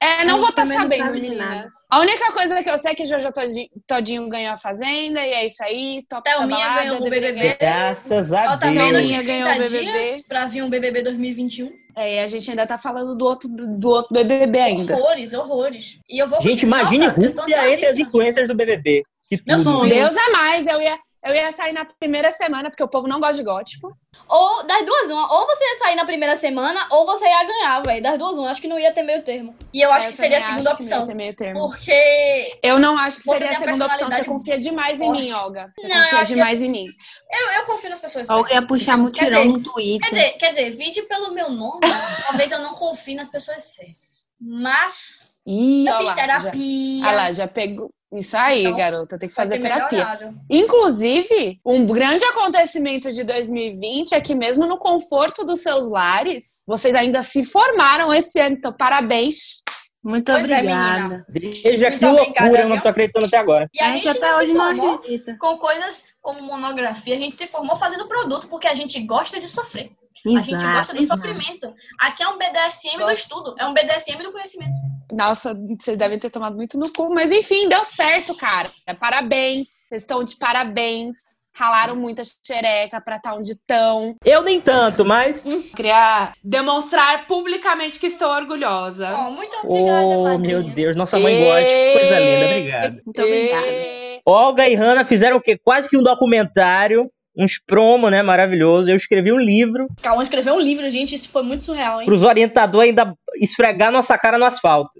É,
tá
Eu
não vou estar
também não
sabendo,
sabe de nada.
meninas. A única coisa que eu sei é que Jojo Todi- Todinho ganhou a Fazenda e é isso aí. Top da
Thelminha
balada,
ganhou o
deveria
BBB.
ganhar.
Graças a
Falta menos
Deus.
de
Thelminha um ganhou
30
o
dias
BBB.
pra vir um BBB 2021.
É, e a gente ainda tá falando do outro, do outro BBB ainda.
Horrores, horrores. E eu vou...
Gente, imagine
Nossa, eu tô
Rúbia entre as
ansiosíssima.
influencers do BBB. Que
Meu
tudo.
sonho.
Deus a mais, eu ia, eu ia sair na primeira semana, porque o povo não gosta de gótico.
Ou das duas, uma. Ou você ia sair na primeira semana, ou você ia ganhar, velho. Das duas, uma. Acho que não ia ter meio termo.
E eu acho
É, Eu
que seria a
também
segunda
acho que não ia
opção.
ter meio termo.
Porque
Eu não acho que
Você
seria a
tem a
segunda opção. Você
personalidade
confia demais em
forte.
mim, Olga. Você
Não, eu
confia
acho que-
demais em mim.
eu, eu confio nas pessoas
Olga
certas.
ia puxar mutirão
dizer,
no Twitter.
Quer dizer, quer dizer, vide pelo meu nome, talvez eu não confie nas pessoas certas. Mas
Ih,
eu
olha
fiz
lá, já-
terapia.
olha lá, já pegou. Isso aí,
Então,
garota, tem que
vai
fazer
ter
terapia.
melhorado.
Inclusive, um grande acontecimento de 2020 é que, mesmo no conforto dos seus lares, vocês ainda se formaram esse ano. Então, parabéns.
Muito
Pois é,
obrigada.
menina.
Veja
Muito
que loucura,
obrigada,
eu não
viu?
tô acreditando até agora.
E a gente
até
não se
hoje não
formou
acredita.
com coisas como monografia. A gente se formou fazendo produto, porque a gente gosta de sofrer. A gente gosta do
exato.
sofrimento. Aqui é um BDSM do
Gosto.
estudo, é um BDSM do conhecimento.
Nossa, vocês devem ter tomado muito no cu, mas enfim, deu certo, cara. Parabéns. Vocês estão de parabéns. ralaram muita xereca pra estar onde estão.
Eu nem tanto, mas.
Queria demonstrar publicamente que estou orgulhosa.
Ó, muito obrigada,
Oh,
padrinho.
meu Deus, nossa mãe gótica, que coisa linda, obrigado.
Muito obrigada.
É.
Olga e Hanna fizeram o quê? Quase que um documentário, uns promo, né? Maravilhoso. Eu escrevi um livro
Calma, escreveu um livro, gente. Isso foi muito surreal, hein?
pros orientadores ainda esfregar nossa cara no asfalto.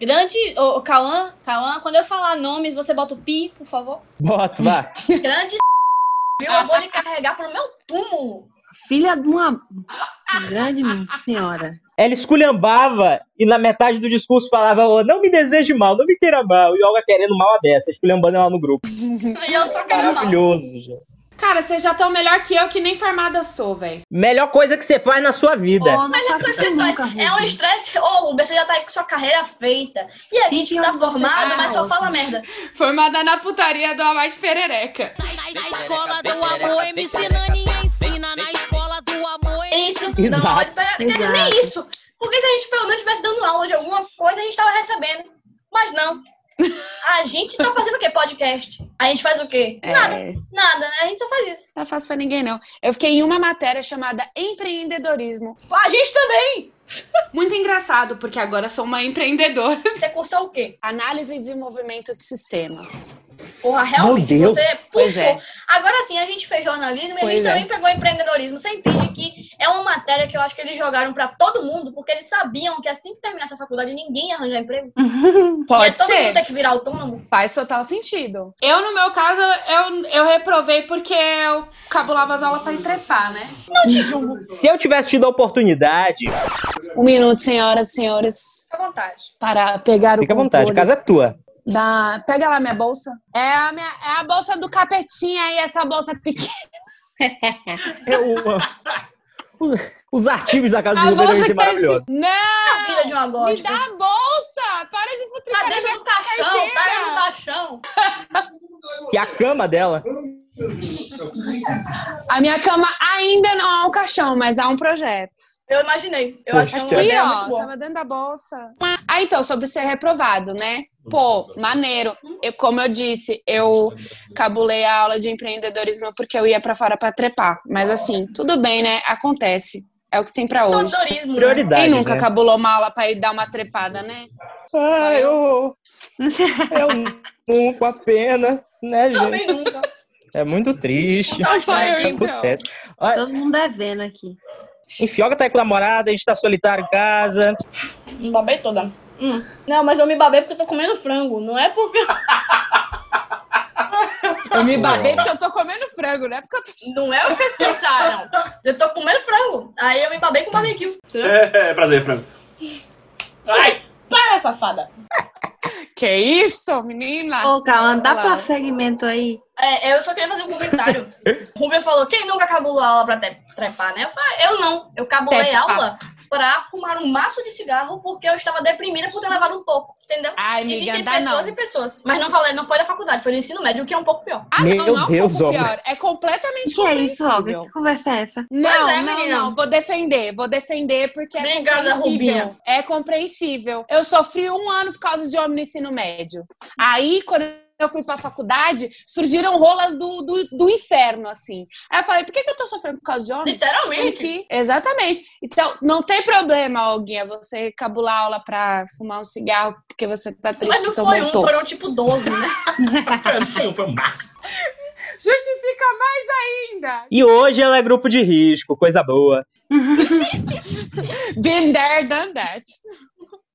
Grande. Ô, ô, Cauã, Cauã, quando eu falar nomes, você bota o pi, por favor.
Bota, vá.
Grande viu? Eu vou lhe carregar pro meu túmulo.
Filha de uma grande senhora.
Ela esculhambava e na metade do discurso falava: "Ô, não me deseje mal, não me queira mal. E Olga querendo mal a dessa, esculhambando ela no grupo.
E eu só quero mal.
Maravilhoso, gente.
Cara, vocês já estão melhor que eu, que nem formada sou, velho.
Melhor coisa que você faz na sua vida.
Oh, não faça
Você
isso
faz.
nunca,
É um
Ruth.
estresse. Ô, Rubens, você já tá aí com sua carreira feita. E a gente que tá
onde você
formado,
tá,
mas só
ótimo.
fala merda.
Formada na putaria do Amarte Perereca.
Na escola do amor, MC Nani ensina. Na escola do amor,
Isso,
Exato.
não aula de pera- Quer dizer, nem
Exato.
isso. Porque se a gente pelo menos estivesse dando aula de alguma coisa, a gente tava recebendo. Mas não. A gente tá fazendo o quê? Podcast. A gente faz o quê? Nada,
É,
nada, né? A gente só faz isso.
não é fácil pra ninguém, não. Eu fiquei em uma matéria chamada empreendedorismo.
A gente tá- também!
Muito engraçado, porque agora sou uma empreendedora.
Você cursou o quê?
Análise e desenvolvimento de sistemas.
Porra, realmente,
Meu Deus.
você pulsou.
Pois é.
Agora sim, a gente fez jornalismo e a
Pois
gente
é.
também pegou empreendedorismo. Você entende que é uma matéria que eu acho que eles jogaram pra todo mundo, porque eles sabiam que assim que terminasse a faculdade, ninguém ia arranjar emprego. Ia
Pode
todo
ser.
mundo ter que virar autônomo.
Faz total sentido.
Eu, no meu caso, eu, eu reprovei porque eu cabulava as aulas pra entrepar, né?
Se eu tivesse tido a oportunidade,
Um minuto, senhoras e senhores,
Fica à vontade.
para pegar o
fica à vontade,
controle
casa é tua.
da... Pega lá minha bolsa. É a, minha... é a bolsa do capetinha aí, essa bolsa pequena.
Eu, uh, É os artigos da casa
A
do Rubens
bolsa
são
que tá
maravilhosos.
escrito- Não,
A vida de uma
me
gótica.
dá a bolsa! Para de
Tá
futricar na
dentro
minha
do caixão,
carteira.
pega no caixão.
E a cama dela.
A minha cama ainda não é um caixão, mas há um projeto.
Eu imaginei. Eu
Poxa.
acho que
Aqui,
é
ó,
muito bom.
tava dentro da bolsa. Ah, então, sobre ser reprovado, né? Pô, maneiro. Eu, como eu disse, eu cabulei a aula de empreendedorismo porque eu ia pra fora pra trepar. Mas assim, tudo bem, né? Acontece. É o que tem pra hoje.
Tutorismo. né?
Prioridade.
Quem nunca
né?
cabulou uma aula pra ir dar uma trepada, né?
Ah, eu.
é
Eu nunca, a pena, né, gente?
Também nunca.
É muito triste.
Então só eu, então.
Acontece. Olha,
Todo mundo é vendo aqui.
Enfim, Olga tá aí com a namorada, a gente tá solitário em casa.
Me babei toda. Hum. Não, mas eu me babei porque eu tô comendo frango. Não é porque.
Eu me babei porque eu tô comendo frango, né? Porque eu tô.
Não é o que vocês pensaram. Eu tô comendo frango. Aí eu me babei com barbecue.
É, é prazer, Franco. Ai!
Para, safada!
Que isso, menina?
Tá.
Ô, Cauã, dá
Olha lá.
pra segmento aí?
É, eu só queria fazer um comentário. O Rubio falou: quem nunca cabulou aula pra te- trepar, né? Eu falei, eu não. Eu cabulei
Trepar.
aula pra fumar um maço de cigarro porque eu estava deprimida por ter levado um toco, entendeu?
Ai, amiga,
Existem
dá não.
pessoas e pessoas. Mas não falei, não foi da faculdade, foi do ensino médio, o que é um pouco pior.
Ah,
Meu
não, não é um
Deus,
pouco
Olga.
pior. É
O
completamente
que é isso, Olga?
compreensível.
Que conversa é essa?
Não,
Pois é,
não,
menina.
não. Vou defender, vou defender porque
Obrigada,
é compreensível.
Rubinho.
É compreensível. Eu sofri um ano por causa de homem no ensino médio. Aí, quando eu fui pra faculdade, surgiram rolas do, do, do inferno, assim. Aí eu falei, por que, que eu tô sofrendo por causa de homem? Sendo
Literalmente.
que- Exatamente. Então, não tem problema, Alguinha, você cabular aula pra fumar um cigarro porque você tá triste
Mas
que
não
tomou
foi
um
um,
toco.
foram tipo 12, né?
Foi, foi um máximo.
Justifica mais ainda.
E hoje ela é grupo de risco, coisa boa.
Been there, done that.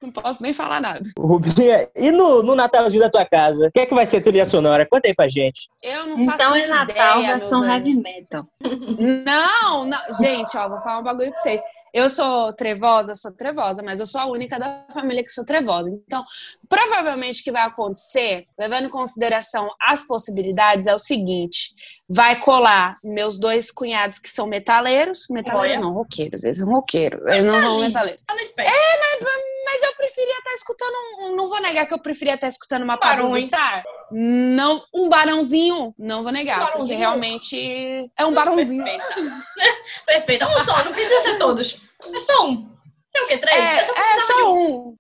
Não posso nem falar nada.
Rubinha, e no, no Natalzinho da tua casa? O que é que vai ser trilha sonora? Conta aí pra gente.
Eu não faço
Então é Natal,
ideia,
versão
meus
heavy metal.
Não, não. Gente, ó, vou falar um bagulho pra vocês. Eu sou trevosa, sou trevosa, mas eu sou a única da família que sou trevosa. Então, provavelmente o que vai acontecer, levando em consideração as possibilidades, é o seguinte: vai colar meus dois cunhados que são metaleiros. Metaleiros
Olha.
não, roqueiros. Eles são roqueiros. Eles não são metaleiros. É,
Tá no espelho.
Mas eu preferia estar escutando. um- Não vou negar que eu preferia estar escutando uma
Barões.
Pablo Vittar. Não, um barãozinho. Não vou negar,
Um
porque
barãozinho.
realmente é um barãozinho.
Perfeito. Um só, não precisa ser todos. É só um. Tem o quê? Três?
É,
eu só
é
precisava de
só um.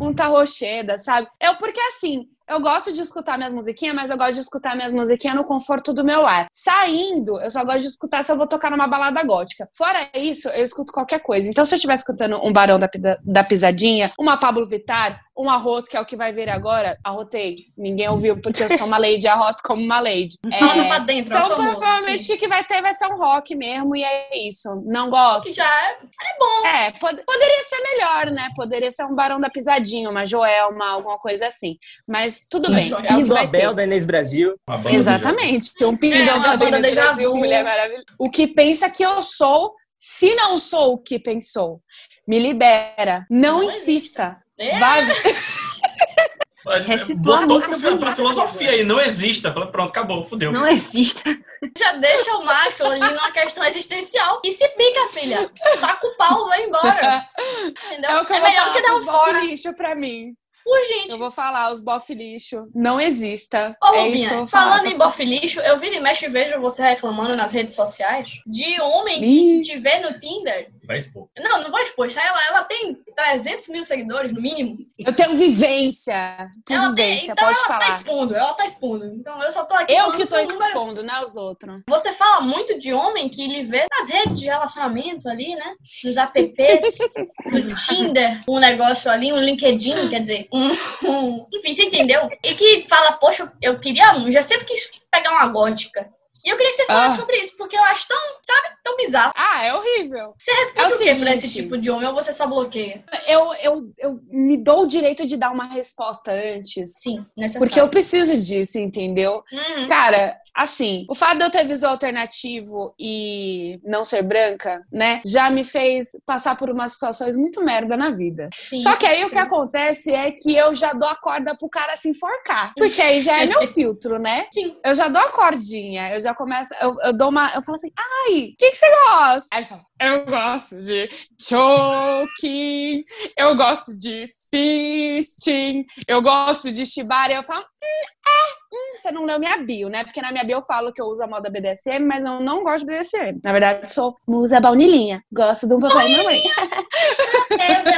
Um tarrocheda, sabe? É porque assim, Eu gosto de escutar minhas musiquinhas, mas eu gosto de escutar minhas musiquinhas no conforto do meu lar. Saindo, eu só gosto de escutar se eu vou tocar numa balada gótica. Fora isso, eu escuto qualquer coisa. Então, se eu estiver escutando um Barão da, Pida- da Pisadinha, uma Pablo Vittar, um arroto, que é o que vai vir agora, arrotei. Ninguém ouviu, porque eu sou uma lady, arroto como uma lady. É,
Manda pra dentro,
um
Então,
por favor,
provavelmente,
tá
o
sim.
que que vai ter vai ser um rock mesmo, e é isso. Não gosto.
Já é, bom.
É, pod- poderia ser melhor, né? Poderia ser um Barão da Pisadinha, uma Joelma, alguma coisa assim. Mas tudo bem. É o que
Indo
vai ter.
Abel da Inês Brasil.
Exatamente. Tem um pingo
É,
da
uma
banda
banda
Brasil,
déjà vu.
mulher maravilhosa. O que pensa que eu sou, se não sou o que pensou, me libera. Não, insista.
É.
Vai.
Botou é, pra, pra filosofia aí, não exista. Fala, Pronto, acabou, fudeu.
Não exista.
Já deixa o macho ali numa questão existencial. E se pica, filha. Taca o pau, vai embora. Entendeu?
É o que eu vou
melhor
falar
que dar um
pros bofe
fora.
lixo pra mim.
Pô, gente.
Eu vou falar, os bofe lixo. Não exista.
Ô,
é isso
Rubinha,
que eu vou falar.
falando
Tô
em
só-
bofe lixo, eu viro e mexo e vejo você reclamando nas redes sociais de homem que te vê no Tinder.
Vai expor.
Não, não vou expor. tá? Ela, ela tem 300 mil seguidores, no mínimo.
Eu tenho vivência. Tenho
Ela tem,
vivência,
então
pode
ela
falar.
tá expondo, ela tá expondo. Então eu só tô aqui.
eu
falando
que tô
pelo número.
expondo, não é os outros.
Você fala muito de homem que ele vê nas redes de relacionamento ali, né? Nos apps, no Tinder, um negócio ali, um LinkedIn, quer dizer, um, um- Enfim, você entendeu? E que fala, poxa, eu queria um, já sempre quis pegar uma gótica. E eu queria que você falasse
Ah.
sobre isso, porque eu acho tão, sabe, tão bizarro.
Ah, é horrível.
Você responde
É o
o quê pra
seguinte.
esse tipo de homem ou você só bloqueia?
Eu, eu, eu me dou o direito de dar uma resposta antes.
Sim, necessário.
Porque eu preciso disso, entendeu?
Uhum.
Cara, assim, o fato de eu ter visual alternativo e não ser branca, né, já me fez passar por umas situações muito merda na vida.
Sim.
Só que aí o que acontece é que eu já dou a corda pro cara se enforcar. Porque aí já é meu filtro, né?
Sim.
Eu já dou a cordinha, eu já começo, eu, eu dou uma. Eu falo assim, ai, o que, que você gosta? Aí ele fala, eu gosto de choking, eu gosto de fisting, eu gosto de shibari. Eu falo, você não leu minha bio, né? Porque na minha bio eu falo que eu uso a moda BDSM, mas eu não gosto de BDSM. Na verdade, eu sou musa baunilinha. Gosto de um papai e mamãe.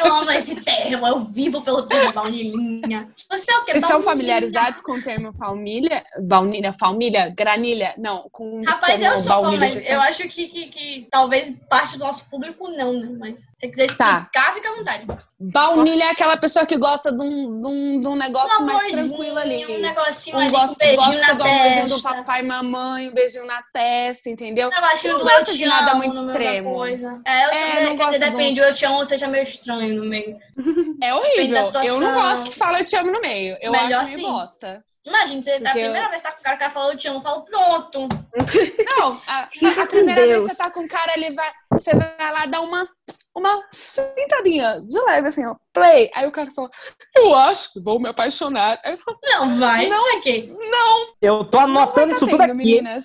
Eu amo esse termo, eu vivo pelo termo baunilinha. Você é o quê?
Vocês
Baunilinha.
são familiarizados com o termo família? Baunilha, família, granilha? Não, com o
Rapaz,
termo
eu sou bom,
baunilha,
mas
vocês
eu
são-
acho que, que, que talvez parte do nosso público não, né? Mas se você quiser
Tá.
explicar, fica à vontade.
Baunilha é aquela pessoa que gosta de um, de um, de um negócio mais
amorzinho,
tranquilo ali.
Um negocinho
Um
ali,
gosto,
um beijinho
gosta
na
do amorzinho do
testa.
papai e mamãe, um beijinho na testa, entendeu? É
Um negocinho
Não
do eu
gosta
te
de nada
amo,
muito
no meio da
extremo.
Coisa. É, eu te
É,
amo, quer
não gosto
dizer,
de um-
depende, eu te amo, seja meio estranho no meio.
É
Depende da
horrível. Eu não
situação.
gosto que fala eu te amo no meio. Eu
Melhor
acho meio
assim.
bosta.
Imagina, você,
Porque
a primeira
eu-
vez que tá com o cara, o cara fala, eu te amo, eu falo, pronto.
Não, a,
Fica
a-
com
a primeira vez
Deus.
que você tá com o cara, ele vai. Você vai lá dar uma, uma sentadinha de leve, assim, ó. Play. Aí o cara fala, eu acho que vou me apaixonar. Aí eu falo,
Não, vai.
Não.
é que.
Eu tô anotando isso tudo
tendo,
aqui.
meninas.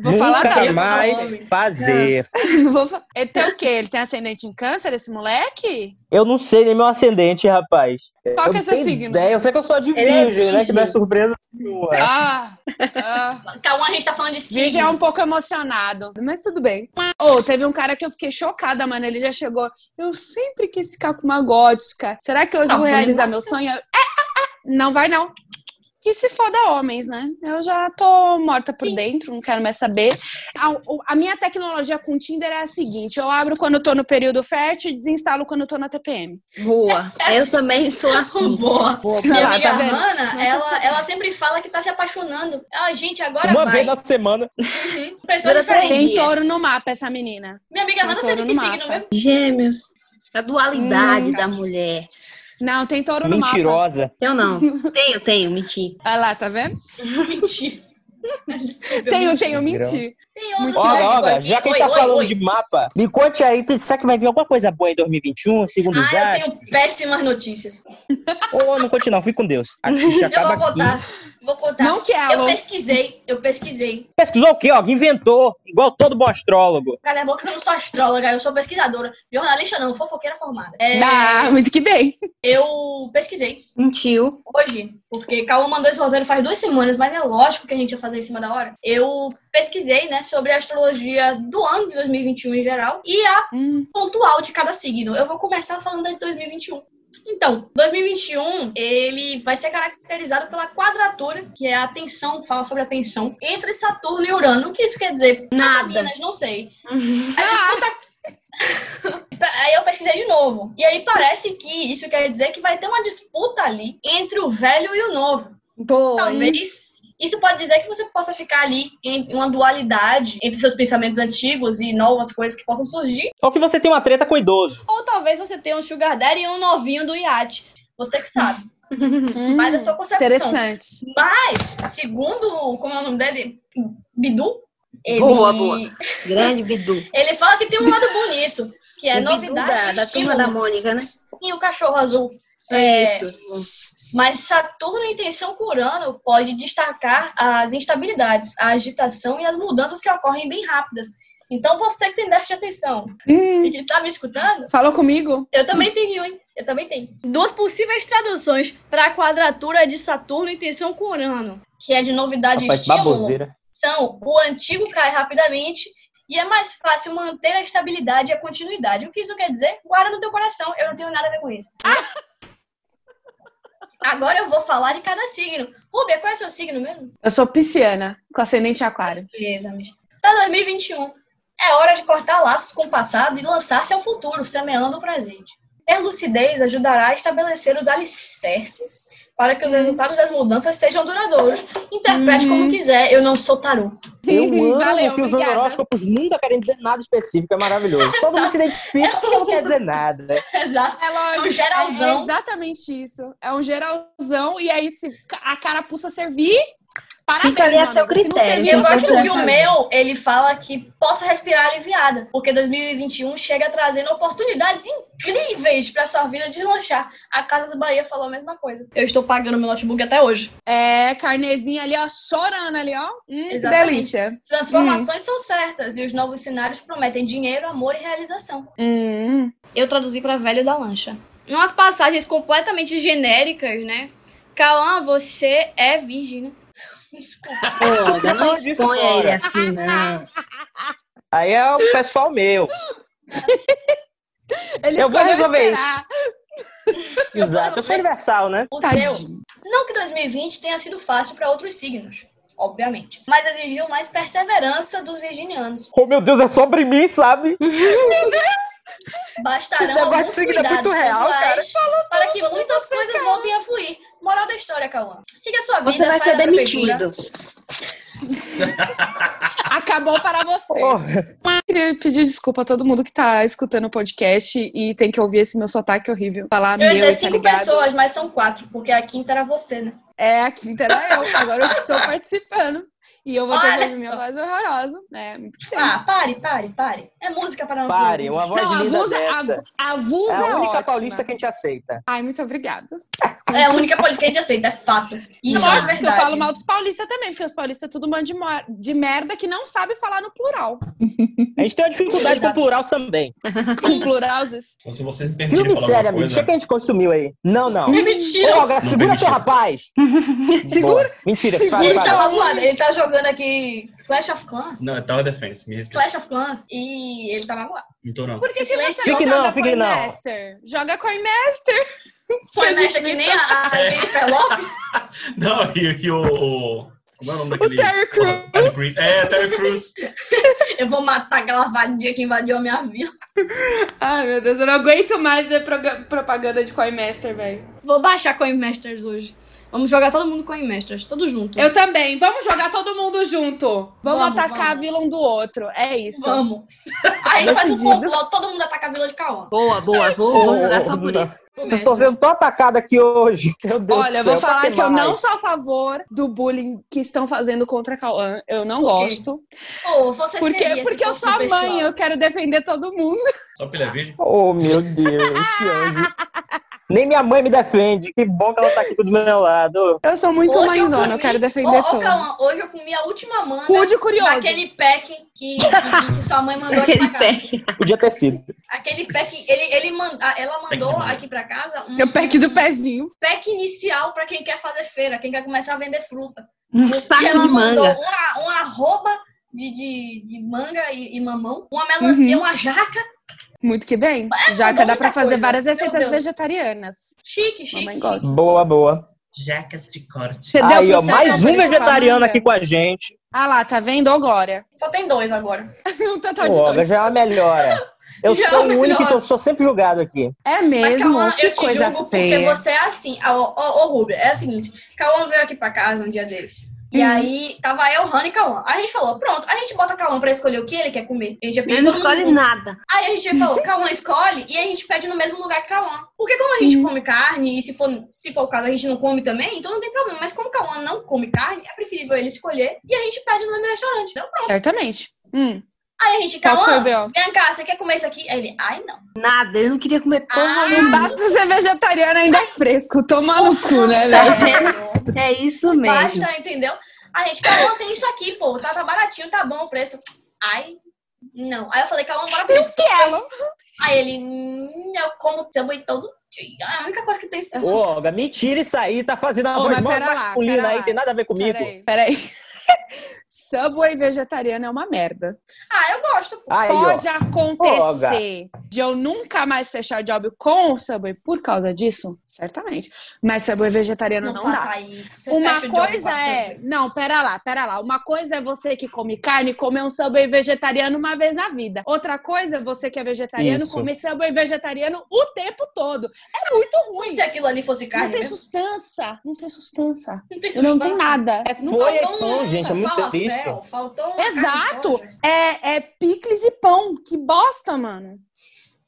Vou falar
Nunca
nada.
mais fazer.
Não vou fa- Ele tem o quê? Ele tem ascendente em câncer, esse moleque?
Eu não sei nem meu ascendente, rapaz.
Qual
Eu
que é
não
seu
tenho
signo?
Ideia. Eu sei que eu sou de
Ele é
virgem, né? Que não é
virgem.
surpresa nenhuma.
Ah, ah.
Calma, a gente tá falando de
Virgem é
signo.
um pouco emocionado, mas tudo bem. Ou teve um cara que eu fiquei chocada, mano. Ele já chegou. Eu sempre quis ficar com uma gótica. Será que hoje eu vou
Tá bom,
realizar
nossa.
meu sonho? É, é, é. Não vai, não. Que se foda homens, né? Eu já tô morta por dentro, não quero mais saber. A, o- a minha tecnologia com Tinder é a seguinte: eu abro quando eu tô no período fértil e desinstalo quando eu tô na TPM.
Boa. Eu também sou assim.
Boa.
Boa,
Minha
lá,
amiga
tá vendo?
Hannah,
Nossa,
ela,
sim.
ela sempre fala que tá se apaixonando. Ela, gente, agora
Uma
vai.
vez na semana.
Uhum. Pessoa
Dura três
diferente.
Tem
dias.
touro no mapa essa menina.
Minha amiga Hannah, você é de que
Entrou no
signo
mapa.
mesmo?
Gêmeos. A dualidade
Hum.
da mulher.
Não, tem touro no mapa.
Mentirosa.
Eu não. Tenho, tenho, menti.
Olha lá, tá vendo?
Mentir. Ela escreveu
Tenho,
mentir.
tenho,
Mentirão.
mentir.
Tem outro
Muito
que
bem.
Ora,
vai-
ora,
Oi,
já que
oi,
tá
oi,
falando
oi.
de mapa, me conte aí, tem- será que vai vir alguma coisa boa em 2021, segundo os
Ah, eu
atos?
tenho péssimas notícias.
Ou não conte não, fique com Deus. A gente
Eu
acaba
vou
aqui.
contar. Vou contar.
Não que
eu
ela.
pesquisei, eu pesquisei.
Pesquisou o quê? Alguém inventou, igual todo bom astrólogo.
Cala a boca, eu não sou astróloga, eu sou pesquisadora. Jornalista não, fofoqueira formada. É,
Ah, muito que bem.
Eu pesquisei
Um Mentiu.
hoje, porque Calma mandou esse roteiro faz duas semanas, mas é lógico que a gente ia fazer em cima da hora. Eu pesquisei, né, sobre a astrologia do ano de 2021 em geral e a
Hum.
pontual de cada signo. Eu vou começar falando da de 2021. Então, 2021, ele vai ser caracterizado pela quadratura, que é a tensão, fala sobre a tensão, entre Saturno e Urano. O que isso quer dizer?
Nada.
Minas, não sei. Aí eu pesquisei de novo. E aí parece que isso quer dizer que vai ter uma disputa ali entre o velho e o novo. Talvez. Isso pode dizer que você possa ficar ali em uma dualidade entre seus pensamentos antigos e novas coisas que possam surgir.
Ou que você tem uma treta com o idoso.
Ou talvez você tenha um sugar daddy e um novinho do iate.
Você que sabe. Mas é sua concepção.
Uhum. Interessante.
Mas, segundo, como é o nome dele? Bidu? Ele...
Boa, boa. Grande Bidu.
Ele fala que tem um lado bom nisso, que é
O Bidu da,
novidade,
da turma da Mônica, né?
e o cachorro azul. É,
Isso.
mas Saturno em tensão com Urano pode destacar as instabilidades, a agitação e as mudanças que ocorrem bem rápidas. Então você que tem déficit de atenção
Hum.
e que tá me escutando,
Falou comigo?
eu também tenho, hein? Eu também tenho.
Duas possíveis traduções para a quadratura de Saturno em tensão com Urano.
Que é de novidade e
Rapaz,
estímulo.
baboseira.
São o antigo cai rapidamente e é mais fácil manter a estabilidade e a continuidade. O que isso quer dizer? Guarda no teu coração, eu não tenho nada a ver com isso. Agora eu vou falar de cada signo. Rubia, qual é o seu signo mesmo?
Eu sou pisciana, com ascendente aquário.
Beleza, amiga. Tá 2021. É hora de cortar laços com o passado e lançar-se ao futuro, semeando o presente. Ter lucidez ajudará a estabelecer os alicerces para que os resultados das mudanças sejam duradouros. Interprete como quiser, eu não sou tarô.
Eu amo
Valeu,
que os
obrigada.
horóscopos nunca querem dizer nada específico, é maravilhoso. Todo mundo se identifica porque não quer dizer nada.
Exato.
É lógico.
É um geralzão.
É exatamente isso. É um geralzão. E aí, se ca- a carapuça servir, parabéns.
Fica ali a
meu
seu
amigo. Se não
critério.
servir,
Eu
Não
gosto
pode
que
ser.
o meu, ele fala que posso respirar aliviada, porque 2021 chega trazendo oportunidades incríveis para sua vida deslanchar. A Casas Bahia falou a mesma coisa.
Eu estou pagando meu notebook até hoje.
É, carnezinha ali, ó, chorando ali, ó. Hum, que
Exatamente.
delícia.
Transformações são certas e os novos cenários prometem dinheiro, amor e realização.
Hum.
Eu traduzi para velho da lancha. Umas passagens completamente genéricas, né? Cauã, você é virgem, né?
Desculpa.
É.
Olha, não
Longe disso
expõe ele
agora.
assim, não.
Aí é o pessoal meu.
Ele
Eu vou
escolheu
resolver
esperar.
Exato. Eu sou universal, né?
O seu,
Tadinho.
não que 2020 tenha sido fácil para outros signos, obviamente, mas exigiu mais perseverança dos virginianos.
Oh, meu Deus, é sobre mim, sabe? Esse
Bastarão
negócio de
alguns
signo é muito
cuidados
real,
pontuais para
né,
que muitas coisas voltem a fluir. Moral da história, Cauã. Siga sua vida,
Você vai
saia
ser
da prefeitura.
demitido.
Acabou para você.
Porra.
Queria pedir desculpa a todo mundo que tá escutando o podcast e tem que ouvir esse meu sotaque horrível. Falar
Eu ia
meu,
dizer
tá
cinco
ligado?
pessoas, mas são quatro, porque a quinta era você, né?
É, a quinta era eu. Agora eu estou participando. E eu vou ter
Olha
que ouvir minha
só.
voz horrorosa, né? Muito feio.
Ah, pare, pare, pare. É música para não
Pare, uma voz
Não, a
linda
Vusa,
dessa.
a, a Vusa
É a única
ótima.
paulista que a gente aceita.
Ai, muito obrigada.
É a única política que a gente aceita, é fato. Isso é
Lógico que eu
verdade.
falo mal dos paulistas também, porque os paulistas é tudo mano de, mo- de merda que não sabe falar no plural.
A gente tem uma dificuldade com o
Exato.
plural também.
Com pluralzes.
Então, se vocês me permitirem
Filme
falar
sério, amigo.
alguma
O que
coisa...
é que a gente consumiu aí? Não, não.
Me mentiram.
Ô, Olga, segura seu
permitiram.
rapaz.
Segura.
Boa. Mentira,
Segura
para,
Ele tá,
para.
lá voado, ele tá jogando aqui Clash of Clans.
Não, é Tower Defense, me respeita.
Clash of Clans. E ele tá magoado.
Não tô, não.
Por que, que
Silêncio.
você não
Fique não,
joga
fique não.
Coinmaster? Joga Coinmaster.
Foi mexa que nem a a Jennifer Lopes.
Não, e, e o, o... Como é o nome daquele...
Terry Crews.
Terry Crews. É, Terry Crews.
Eu vou matar aquela vadia que invadiu a minha vila.
Ai, meu Deus, eu não aguento mais ver proga- propaganda de Coinmaster, velho.
Vou baixar Coinmasters hoje. Vamos jogar todo mundo Coinmasters, todo junto.
Eu também. Vamos jogar todo mundo junto.
Vamos,
Vamos,
atacar
vamos.
a vila um do outro. É isso.
Vamos. Aí a gente faz um
Decidido.
complô, todo mundo ataca a vila de Cauã.
Boa, boa. Vou, vou jogar só por isso.
Eu tô sendo tão atacada aqui hoje. Meu Deus
Olha, eu
do céu, tá
vou falar
pra
que eu não
mais?
sou a favor do bullying que estão fazendo contra a Cauã. Eu não
Por quê?
gosto.
Pô, você
Porque, porque eu sou a mãe, eu quero defender todo mundo.
Só porque ele é virgem.
Oh, meu Deus, que anjo. Nem minha mãe me defende. Que bom que ela tá aqui do meu lado.
Eu sou muito
Hoje eu
mãezona, eu
comi-
quero
Ô,
defender
ô,
todos.
Cauã, hoje eu comi a última manga
Cude curioso.
daquele pack que, que- que sua mãe mandou aqui
Aquele
pra casa.
pé.
Podia ter sido.
Aquele pack, ele, ele manda, ah, ela mandou
Pack de manga.
aqui pra casa um
Meu É pack do pezinho.
pack inicial pra quem quer fazer feira, quem quer começar a vender fruta.
Um
E
saco
ela
de manga.
mandou uma,
Uhum.
uma arroba de, de, de manga e, e mamão, uma melancia, uma jaca
Muito que bem. Já que
É, muita
dá pra fazer
coisa.
várias
Meu
receitas
Deus.
vegetarianas.
Chique, chique.
Mamãe gosta.
Boa, boa.
Jacas de corte.
Você tá deu
Aí, ó,
pro seu
mais um
Fabrício
vegetariano
Amanda?
aqui com a gente.
Ah lá, tá vendo? Ô, Glória.
Só tem dois agora.
um total de
Pô,
dois.
já é uma melhora. Eu
Já
sou
é
o único
melhor.
que tô, sou sempre julgado aqui.
É
Mas,
mesmo?
Cauã,
que
eu te
coisa
julgo porque
feia.
você é assim. Ó, Ô, ô, Rubio, é o seguinte. Cauã veio aqui pra casa um dia desses. E
Hum.
aí, tava eu, Rana e Cauã. A gente falou, pronto, a gente bota Cauã pra escolher o que ele quer comer. A gente ia pedir
Ele não
todo mundo
escolhe
junto.
nada.
Aí a gente falou, Cauã escolhe e a gente pede no mesmo lugar que Cauã. Porque como a gente
Uhum.
come carne, e se for, se for o caso a gente não come também, então não tem problema. Mas como Cauã não come carne, é preferível ele escolher e a gente pede no mesmo restaurante. Então pronto.
Certamente. Hum.
Aí a gente,
Qual que foi o
Cauã,
B.O.?
vem cá, você quer comer isso aqui? Aí ele, ai não.
Nada. Ele não queria comer porra
Ah,
Não
nenhuma.
basta ser vegetariano, ainda é fresco. Toma no cu, né, velho?
Tá É isso mesmo.
Basta, entendeu? A gente, Cauã, tem isso aqui, pô. Tá, tá baratinho, tá bom o preço. Ai, não. Aí eu falei, Cauã, bora pro sushi. Aí ele, hum, eu como samba todo dia. É a única coisa que tem sushi.
Ô, Olga, mentira isso aí. Tá fazendo uma
Ô,
voz
mas
mal
pera lá,
masculina
pera
aí.
lá.
Tem nada a ver comigo.
Peraí, peraí. Subway vegetariano é uma merda.
Ah, eu gosto, pô.
Aí, ó.
Pode acontecer de eu nunca mais fechar job com o Subway por causa disso? Certamente. Mas Subway vegetariano
Não,
não, dá.
faça isso. Você
Uma
fecha o jogo
coisa
com a
é.
Subway.
Não, pera lá, pera lá. Uma coisa é você que come carne comer um subway vegetariano uma vez na vida. Outra coisa é você que é vegetariano
Isso.
comer subway vegetariano o tempo todo. É muito ruim.
Se aquilo ali fosse
Não
carne
tem
mesmo,
sustância. Não tem sustância.
não tem
Não tem
sustância.
nada.
É
Não
folha e
faltou um
pão, gente. É muito
falafel,
triste.
Faltou uma carne
Exato!
de soja.
É, é picles e pão. Que bosta, mano.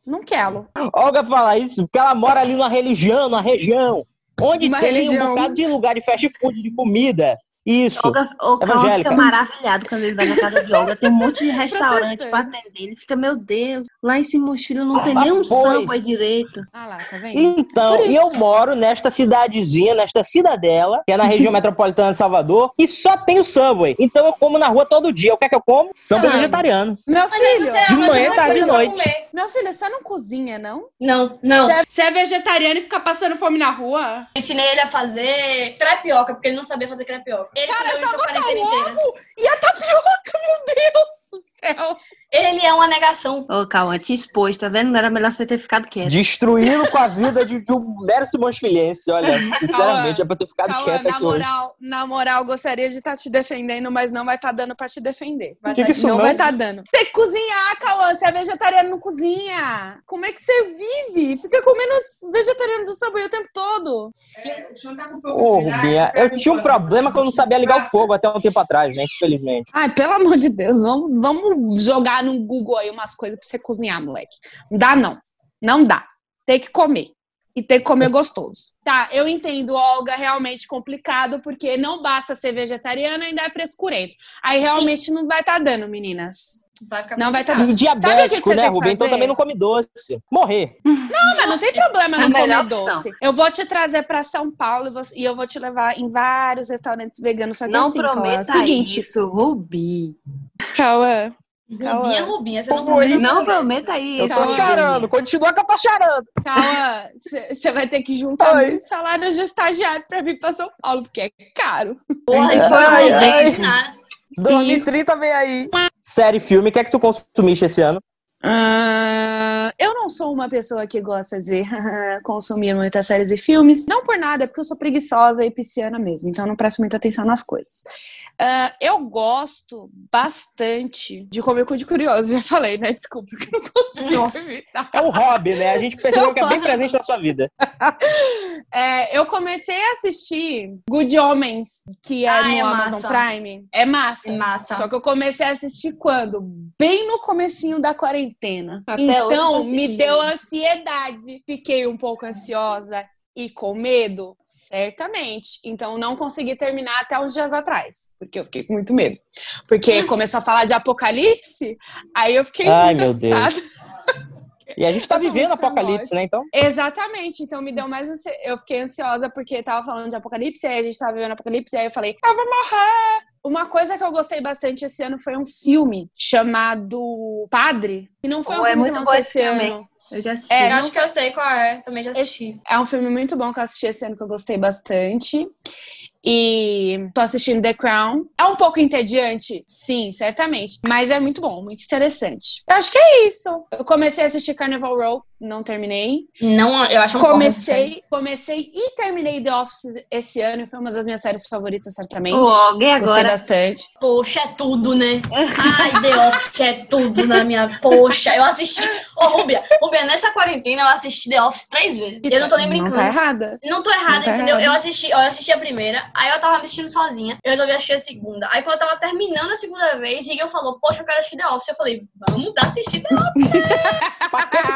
Não quero.
Olga fala isso porque ela mora ali numa religião, na região. Onde
Uma
tem um
religião.
bocado de lugar de fast food, de comida. Isso.
Olga, o Cauã
Evangélica.
fica maravilhado quando ele vai na casa de Olga. Tem um monte de restaurante pra
Protestante.
atender. Ele fica, meu Deus, lá em Cimochilo não tem
Ah,
nem um
pois.
samba direito.
Ah lá, tá vendo?
Então,
Por
e
isso.
eu moro nesta cidadezinha, nesta cidadela, que é na região metropolitana de Salvador, e só tem o Subway. Então eu como na rua todo dia. O que é que eu como? Subway
Caralho.
vegetariano.
Meu
Mas aí
filho,
você
de
arranja
manhã,
uma
tarde e
coisa pra
noite.
comer.
meu filho, você não cozinha, não?
Não, não.
Você é vegetariano e fica passando fome na rua?
Ensinei ele a fazer crepioca, porque ele não sabia fazer crepioca. Ele
Cara,
comeu
é só
isso a
botar
quarentena
o
inteira.
ovo e a tapioca, meu Deus do céu.
Ele é uma negação.
Ô, Cauã, te expôs, tá vendo? Não era melhor você ter ficado quieto.
Destruindo com a vida de, de um mero Simões Filiense. Olha, sinceramente, é pra eu ter ficado
Calma,
quieto
na
aqui hoje.
moral, na moral, gostaria de estar te defendendo, mas não vai estar dando pra te defender. Vai
Que
tá-
que isso
não,
não?
vai estar dando. Tem que cozinhar, Cauã. Você é vegetariano, não cozinha. Como é que você vive? Fica comendo vegetariano do sabor o tempo todo.
Sim.
é, Ô, Rubinha,
né?
eu tinha um problema que eu não sabia ligar o fogo até um tempo atrás, né? Infelizmente.
Ai, pelo amor de Deus, vamos, vamos jogar no Google aí umas coisas pra você cozinhar, moleque. Não dá, não. Não dá. Tem que comer. E tem que comer gostoso. Tá, eu entendo, Olga, realmente complicado, porque não basta ser vegetariana, ainda é frescurento. Aí realmente não vai tá dando, meninas.
Vai ficar
Não vai tá
E
dando. Sabe o que que
diabético,
você
né,
tem que
Rubinha? Então
fazer?
também não come doce. Morrer.
Não, mas não tem problema
É a
não comer
melhor opção.
doce. Eu vou te trazer pra São Paulo e você- e eu vou te levar em vários restaurantes veganos. Só que
Não
assim, Cauã,
prometa
seguinte,
isso, Rubi.
Cauã,
Rubinha, Rubinha, você não
Como
pode
Não prometa isso.
Eu tô
Calma.
charando. Continua que eu tô charando.
Cauã, você vai ter que juntar
Oi.
muitos salários de estagiário pra vir pra São Paulo, porque é caro.
Porra, a gente
Ai,
vai
ai.
comer, nada.
2030 vem aí. Série, filme, o que é que tu consumiste esse ano?
Ah, eu não sou uma pessoa que gosta de consumir muitas séries e filmes. Não por nada, é porque eu sou preguiçosa e pisciana mesmo, então eu não presto muita atenção nas coisas. Ah, eu gosto bastante de comer cu de curioso, já falei, né? Desculpa, que eu não consigo
Nossa.
evitar.
É um hobby, né? A gente percebeu que é bem presente na sua vida.
É, eu comecei a assistir Good Homens, que é
Ah,
no
é
Amazon
massa.
Prime. É massa.
É massa.
Só que eu comecei a assistir quando? Bem no comecinho da quarentena.
Até
então,
hoje tá
me
assistindo.
deu ansiedade. Fiquei um pouco ansiosa e com medo, certamente. Então, não consegui terminar até uns dias atrás, porque eu fiquei com muito medo. Porque começou a falar de apocalipse, aí eu fiquei
Ai,
muito
meu Deus.
assustada.
E a gente tá
Eu sou
vivendo
muito
apocalipse, né? Então,
Exatamente, então me deu mais ansi... eu fiquei ansiosa porque tava falando de apocalipse, aí a gente tava vivendo apocalipse, aí eu falei, eu vou morrer! Uma coisa que eu gostei bastante esse ano foi um filme chamado Padre, que não foi
Oh,
um
é
filme
muito bom
que lançou
esse
esse
filme,
ano.
Eu já assisti.
É,
Eu
não
acho que eu sei qual é. Também já assisti.
É um filme muito bom que eu assisti esse ano que eu gostei bastante. E tô assistindo The Crown. É um pouco entediante? Sim, certamente. Mas é muito bom, muito interessante. Eu acho que é isso. Eu comecei a assistir Carnival Row, não terminei.
Não, eu acho um
comecei, comecei e terminei The Office esse ano. Foi uma das minhas séries favoritas, certamente.
Logo, e
Gostei
agora?
bastante.
Poxa, é tudo, né? Ai, The Office é tudo na minha. Poxa, eu assisti. Ô, Rubia, Rubia, nessa quarentena eu assisti The Office três vezes. E eu não tô nem
Não
brincando.
tá errada.
Não tô errada,
Não tá
entendeu?
errada.
Eu assisti, ó, eu assisti a primeira, aí eu tava assistindo sozinha. Eu resolvi assistir a segunda. Aí quando eu tava terminando a segunda vez, Rigel falou, poxa, eu quero assistir The Office. Eu falei, vamos assistir The Office.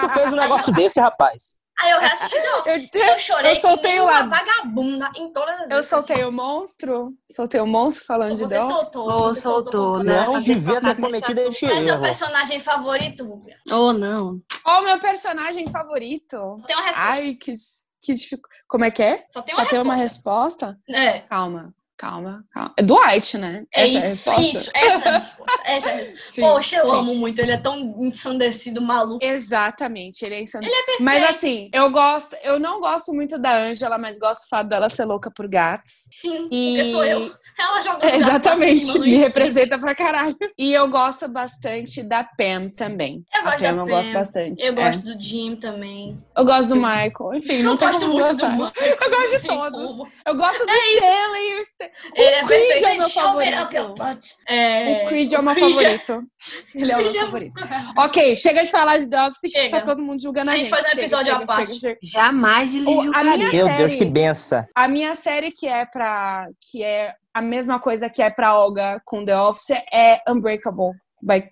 Tu fez um negócio desse, rapaz.
Aí eu reassisti The Office. Eu, chorei.
eu soltei
que nem
o
uma
lado.
vagabunda em todas as
Eu soltei o monstro. Soltei o monstro falando de
Você
Deus.
soltou,
Ou
você soltou.
soltou, né?
Não devia ter cometido este
Mas é o
erro.
personagem favorito, Rubia.
Ou não.
Qual o meu personagem favorito?
Tem uma resposta.
Ai, que, que dificuldade. Como é que é?
Só tem uma
resposta?
É.
Calma, calma, calma. É Dwight, né?
É
Essa a
isso, isso,
resposta?
essa é a resposta. Essa é a resposta.
Sim,
Poxa, eu
sim.
amo muito, ele é tão ensandecido, maluco.
Exatamente, ele é insano.
Ele é perfeito.
Mas assim, eu gosto, eu não gosto muito da Angela, mas gosto do fato dela ser louca por gatos.
Sim,
E-
porque sou eu. Ela joga o gato pra
É, Exatamente,
cima,
me
Luiz.
representa pra caralho. E eu gosto bastante da Pam também.
Eu
a
gosto da
Pam, eu gosto
Pam.
bastante.
Eu
é.
gosto do Jim também.
Eu gosto do Michael. Enfim,
Eu
não tem
gosto
como
muito do
gostar.
Michael. É
Eu gosto de
Tem
todos.
como.
Eu gosto do Stanley. O, Stan-
Ele é
o Creed
perfeito.
é o meu
Show it up
favorito.
your butt. É...
O Creed é o meu
Creed é-
favorito. Ele é o meu
Creed é-
favorito. Ok, chega de falar de The Office que
Chega.
tá todo mundo julgando a
A
gente.
gente faz um
Chega,
episódio
chega,
à parte.
chega, chega.
Jamais lhe
Ou a
julgaria.
minha-
Meu Deus,
série.
que benção.
A minha série que é pra. que é a mesma coisa que é pra Olga com The Office é Unbreakable. By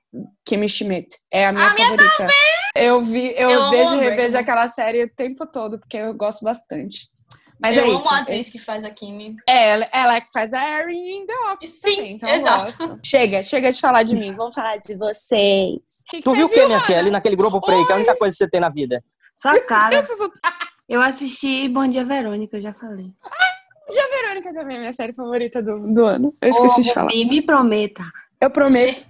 Kimmy Schmidt. É a minha
minha
favorita. eu vi, eu,
Eu amo
vejo e revejo
Unbreakable.
aquela série o tempo todo, porque eu gosto bastante. Mas
eu
é
amo
isso.
a atriz que faz a Kimi.
É, ela, ela é que faz a Erin em The Office
Sim,
também, então
exato.
eu gosto. Chega, chega de falar de mim, vamos falar de vocês. que
Tu
você
viu o que, minha filha, ali naquele grupo por aí, que é a
Oi.
única coisa que você tem na vida?
Sua cara. Eu assisti Bom Dia Verônica, eu já falei.
Já Verônica também é minha série favorita do, do ano. Eu esqueci
Ô,
de falar.
Rubi, Me prometa.
Eu prometo.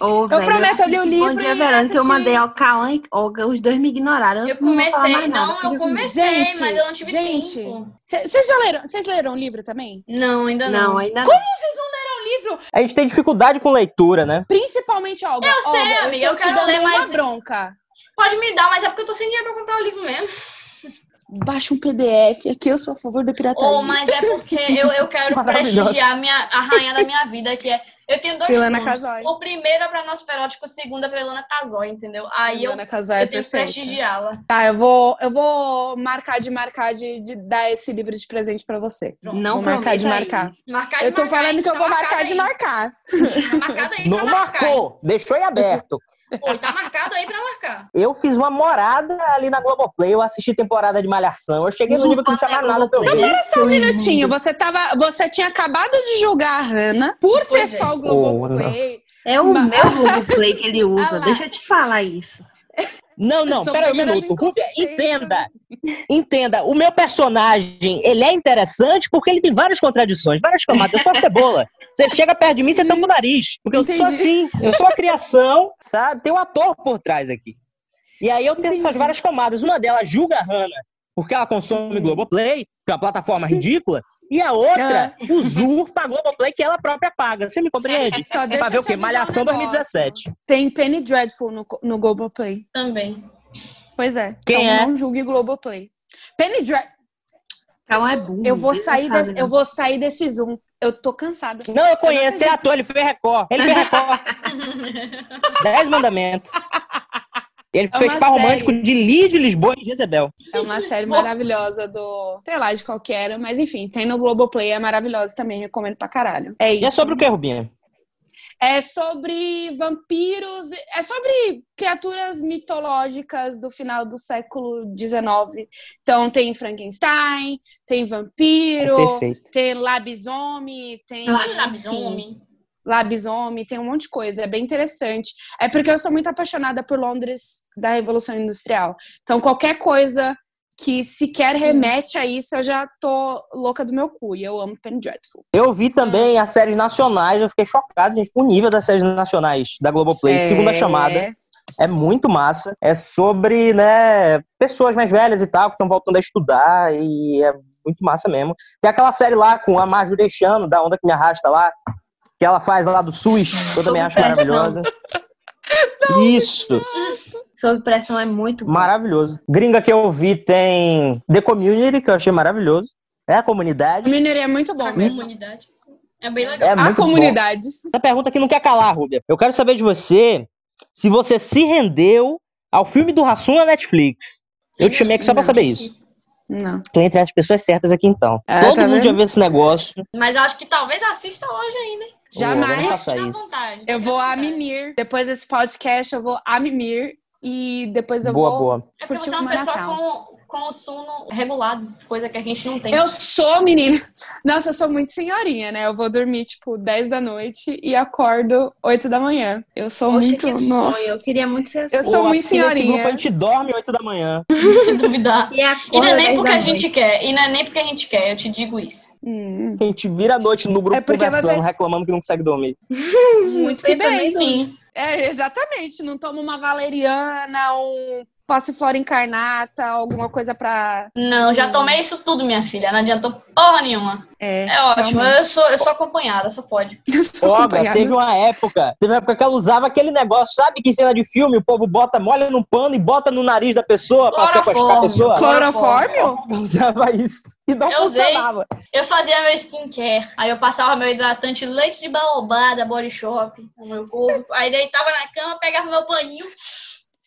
Ô, velho,
prometo, eu li
assisti
o livro
Bom Dia
e
Verônica, eu
assisti.
mandei ao Cauã e Olga, os dois me ignoraram.
Eu
não vou falar
comecei,
mais nada,
não,
quero
eu
ver.
comecei,
Gente,
mas eu não tive
gente.
tempo.
Vocês já leram? Vocês leram o livro também?
Não, ainda não.
Não, ainda não.
É um livro.
A gente tem dificuldade com leitura, né?
Principalmente Olga.
Eu sei,
Olga,
amiga,
eu,
eu
estou te
quero
dando
ler,
uma
mas-
bronca.
Pode me dar, mas é porque eu tô sem dinheiro pra comprar o livro mesmo.
Baixa um PDF aqui, eu sou a favor da pirataria.
Ou, mas é porque eu, eu quero
Maravilhosa.
prestigiar a, minha, a rainha da minha vida, que é. Eu tenho dois
Ilana
planos.
Casoy.
O primeiro é pra nosso perótico, o segundo é pra Ilana Casoy, entendeu? Aí eu,
Ana
eu
Casar é
tenho que
perfeita.
prestigiá-la.
Tá, eu vou, eu vou marcar de marcar de, de dar esse livro de presente pra você.
Não
vou marcar de
prometa
marcar.
Marcar de
Eu tô
marcar,
falando
hein?
que eu
Tá
vou
marcado
marcar de
aí.
marcar.
Tá marcado aí pra
Não
marcar. hein?
marcou, deixou em aberto.
Pô, tá marcado aí pra marcar.
Eu fiz uma morada ali na Globoplay, eu assisti temporada de Malhação, eu cheguei no nível que não tinha mais nada pra eu ver.
Espera só um minutinho, você tava, você tinha acabado de julgar a Hannah por ter
Pois é.
só o Globoplay.
É o
Ba-
meu Globoplay que ele
Ah
usa,
lá.
deixa eu te falar isso.
Não, não,
São
peraí um
primeiras
minuto. Rubia,
inconsistências.
entenda.
então.
Entenda, o meu personagem, ele é interessante porque ele tem várias contradições, várias camadas. Eu sou a cebola. Você chega perto de mim, você tampa o nariz. Porque eu sou
Entendi.
assim, eu sou a criação, sabe? Tem um ator por trás aqui. E aí eu tento essas várias camadas. Uma delas julga a Hannah porque ela
Uhum.
consome Globoplay, que é uma plataforma ridícula, e a outra
Ah.
usurpa a Globoplay que ela própria paga. Você me compreende?
Só
É
deixa
pra ver
eu
o
te
quê?
avisar um
Malhação
negócio.
2017.
Tem Penny Dreadful no, no Globoplay.
Também.
Pois é.
Quem
então
é?
não julgue Globoplay. Penny Dreadful.
Então é burro.
Eu vou
ele não
sair
sabe, né?
desse,
não.
eu vou sair desse zoom. Eu tô cansada.
Não, eu conheço, é ator, ele fez Record. Ele fez Record. Dez mandamentos. Ele
É
fez
uma
par
série.
romântico de Lídio, Lisboa e Jezebel.
É uma série maravilhosa do, sei lá, de qualquer, mas enfim, tem no Globoplay, é maravilhosa também, recomendo pra caralho. É
E
isso.
é sobre o que, Rubinha?
É sobre vampiros, é sobre criaturas mitológicas do final do século XIX. Então tem Frankenstein, tem vampiro,
É Perfeito.
tem labisomem, tem
Lá-
enfim,
Lobisomem.
labisomem, tem um monte de coisa, é bem interessante. É porque eu sou muito apaixonada por Londres da Revolução Industrial. Então qualquer coisa que sequer remete a isso, eu já tô louca do meu cu. E eu amo Penny Dreadful.
Eu vi também as séries nacionais, eu fiquei chocado, gente, com o nível das séries nacionais da Globoplay. Segunda chamada. É muito massa. É sobre, né, pessoas mais velhas e tal, que estão voltando a estudar. E é muito massa mesmo. Tem aquela série lá com a Marjo Deixano, da Onda que Me Arrasta lá, que ela faz lá do SUS, que eu também acho
pressão.
maravilhosa. Isso!
Sob pressão é muito bom.
Maravilhoso. Gringa que eu vi tem The Community, que eu achei maravilhoso. É a comunidade.
Mineiro é muito bom mesmo.
Comunidade. assim. É bem legal.
É muito
a comunidade.
bom. Essa pergunta que não quer calar, Rubia. Eu quero saber de você se você se rendeu ao filme do Rassum na Netflix. Eu te chamei aqui só pra saber isso.
Não.
Tô entre as pessoas certas aqui então.
É,
Todo
tá
mundo
vendo?
já viu esse negócio.
Mas eu acho que talvez assista hoje ainda, hein?
Pô, agora
Jamais.
Fica
faça
à
Tá isso.
vontade.
Eu vou a mimir. Depois desse podcast, eu vou a mimir. E depois eu
Boa,
vou.
boa.
É porque
curtir
você é
o
uma
meu
pessoa
Natal.
com, com o sono regulado, coisa que a gente não tem.
Eu sou, menina. Nossa, eu sou muito senhorinha, né? Eu vou dormir, tipo, 10 da noite e acordo 8 da manhã. Eu sou
Poxa,
muito.
que sonho.
Nossa.
Eu queria muito ser assim.
Eu sou
Pô,
muito
aqui Nesse grupo a
senhorinha.
gente dorme 8 da manhã.
se duvidar.
E,
E não
acorda
é nem
10
porque a
da noite.
gente quer, e não é nem porque a gente quer, eu te digo isso.
Hum,
A gente vira a noite no grupo
É porque
conversando,
você-
reclamando que não consegue dormir.
muito que
tá
bem.
Sim.
É, exatamente. Não tomo uma valeriana, um passiflora incarnata, alguma coisa pra.
Não, já tomei isso tudo, minha filha. Não adiantou porra nenhuma. É ótimo.
realmente.
Eu sou, eu sou acompanhada, só pode.
Eu sou
Olha,
acompanhada.
teve uma época, teve uma época que ela usava aquele negócio, sabe que em cena de filme o povo bota, molha num pano e bota no nariz da pessoa pra sequestrar a
Cloroforme.
pessoa?
Clorofórmio?
Ela usava isso e não
Eu usei.
funcionava.
Eu fazia meu skincare. Aí eu passava meu hidratante leite de baobá da Body Shop no meu corpo. Aí deitava na cama, pegava meu paninho.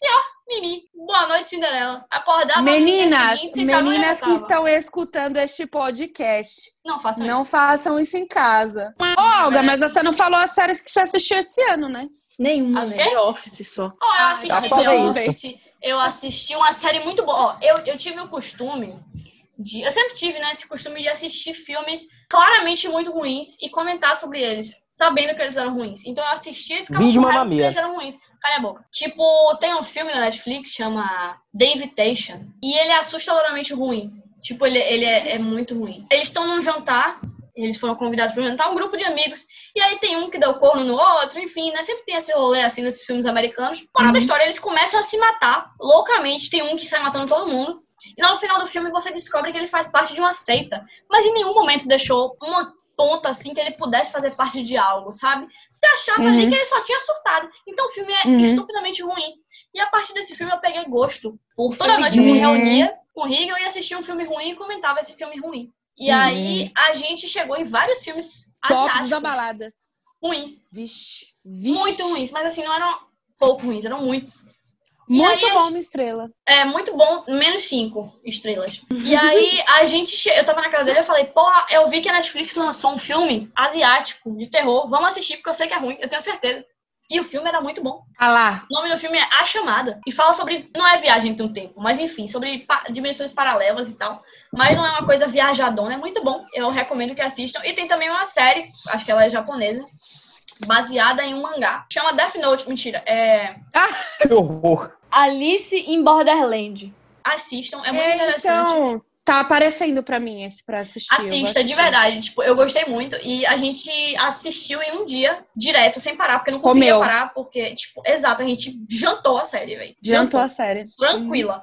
E ó, mimi. Boa noite, Cinderela. Acordava no dia
Meninas,
seguinte, sem saber onde
meninas
eu
que
tava.
estão escutando este podcast,
Não façam
não
isso.
façam isso em casa. Ô, Olga, mas você não falou as séries que você assistiu esse ano, né?
Nenhuma,
Ah,
né?
é?
The Office só.
Ó, eu
Ah,
assisti
só
The
vê
Office, eu assisti uma série muito boa. Ó, eu, eu tive o costume de. Eu sempre tive, né, esse costume de assistir filmes claramente muito ruins e comentar sobre eles, sabendo que eles eram ruins. Então eu assistia e ficava
Vídeo
com raiva
Mamma
porque
Mia.
eles eram ruins. Cala a boca. Tipo, tem um filme na Netflix chama The Invitation. E ele é assustadoramente ruim. Tipo, ele, ele é, é muito ruim. Eles estão num jantar, eles foram convidados para um jantar, um grupo de amigos. E aí tem um que deu corno no outro, enfim, né? Sempre tem esse rolê assim nesses filmes americanos. Moral da história, eles começam a se matar loucamente. Tem um que sai matando todo mundo. E lá no final do filme você descobre que ele faz parte de uma seita. Mas em nenhum momento deixou uma ponta assim que ele pudesse fazer parte de algo, sabe? Você achava ali
Uhum.
que ele só tinha surtado. Então o filme é
Uhum.
estupidamente ruim. E a partir desse filme eu peguei gosto. Por toda noite eu
ruim.
me reunia com o Hegel e assistia um filme ruim e comentava esse filme ruim. E
Uhum.
aí a gente chegou em vários filmes
Tops da
asiáticos
balada.
ruins.
Vixe, vixe.
Muito ruins, mas assim, não eram pouco ruins, eram muitos.
Muito
E aí,
bom, uma estrela.
É muito bom, menos cinco estrelas. E aí a gente. che- Eu tava na casa dele eu falei, porra, eu vi que a Netflix lançou um filme asiático de terror. Vamos assistir, porque eu sei que é ruim, eu tenho certeza. E o filme era muito bom.
Ah lá.
O nome do filme é A Chamada. E fala sobre. Não é viagem de um tempo, mas enfim, sobre pa- dimensões paralelas e tal. Mas não é uma coisa viajadona, é muito bom. Eu recomendo que assistam. E tem também uma série, acho que ela é japonesa, baseada em um mangá. Chama Death Note. Mentira, é.
Que horror.
Alice em Borderland.
Assistam, é muito
É,
interessante.
então, tá aparecendo pra mim esse pra assistir. eu vou
Assista, de
assistir.
verdade. Tipo, eu gostei muito. E a gente assistiu em um dia, direto, sem parar, porque eu não conseguia
Comeu.
parar, porque, tipo, exato, a gente jantou a série, velho.
Jantou a série.
Tranquila.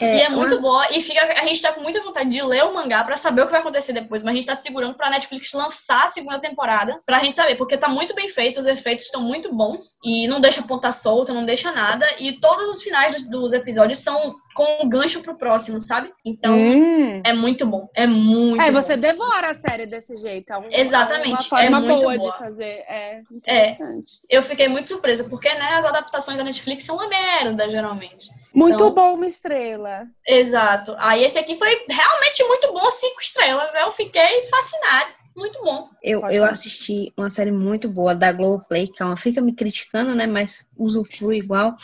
É,
e é
uma-
muito boa. E fica, a gente tá com muita vontade de ler o mangá pra saber o que vai acontecer depois. Mas a gente tá segurando pra Netflix lançar a segunda temporada pra gente saber. Porque tá muito bem feito, os efeitos estão muito bons. E não deixa ponta solta, não deixa nada. E todos os finais dos, dos episódios são com um gancho pro próximo, sabe? Então.
Hum.
É muito bom, é muito
É,
bom.
você devora a série desse jeito. É um-
Exatamente,
Uma forma
é muito
boa,
boa.
de fazer. É interessante.
Eu fiquei muito surpresa, porque né, as adaptações da Netflix são uma merda, geralmente.
Muito
Então-
bom, uma estrela.
Exato. Aí esse aqui foi realmente muito bom, cinco estrelas. Eu fiquei fascinada. Muito bom.
Eu, eu assisti uma série muito boa da Globoplay, que é uma fica me criticando, né? Mas usufrui igual.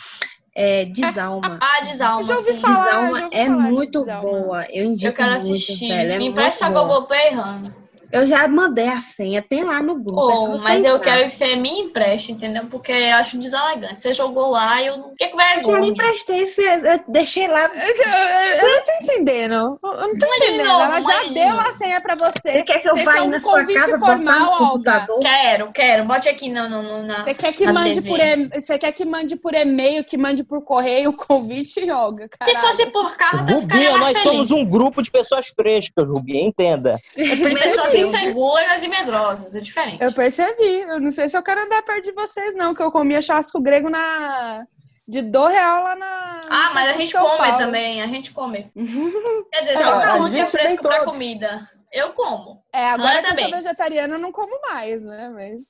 É Desalma.
Ah, desalma.
Eu já ouvi
sim.
falar. já
Desalma
ouvi
é
falar de
muito
Desalma.
boa. Eu indico
Eu quero
muito,
assistir.
velho. É
Me
muito
empresta a
boa.
Google Play, Ran.
Eu já mandei a senha, tem lá no grupo. é só
Ou,
você
Oh, mas eu
entrar.
quero que você me empreste, entendeu? Porque eu acho deselegante. Você jogou lá, eu. O que, é que vai
Eu já lhe
agora?
emprestei, você- eu deixei lá.
Eu eu não tô entendendo. Eu não tô
Mande de
entendendo.
novo,
Ela já
mande de
deu
novo.
a senha pra você.
Você quer que eu
Você
vá
quer
aí
um
na sua
convite
casa, botar no
formal,
seu
Olga?
computador?
Quero, quero. Bote aqui no, no, no- na.
Você quer que
na
mande
TV.
por e- você quer que mande por e-mail, que mande por correio o convite, Olga,
Se
caralho.
fosse por carta, eu ficaria
Rubinho,
mais
nós
é feliz.
somos um grupo de pessoas frescas, Rubinho, entenda.
Eu percebi.
Pessoas inseguras e medrosas, é diferente.
Eu percebi. Eu não sei se eu quero andar perto de vocês não, que eu comia churrasco grego na de do real lá na
Ah,
no
mas a
centro de
gente
São
come
Paulo.
também, a gente come. Quer dizer,
Não,
só
Ah, a
o Raul que é
gente
fresco
tem
pra
todos.
comida. Eu como.
É, agora
Ana
que eu sou
também.
vegetariana eu não como mais, né? Mas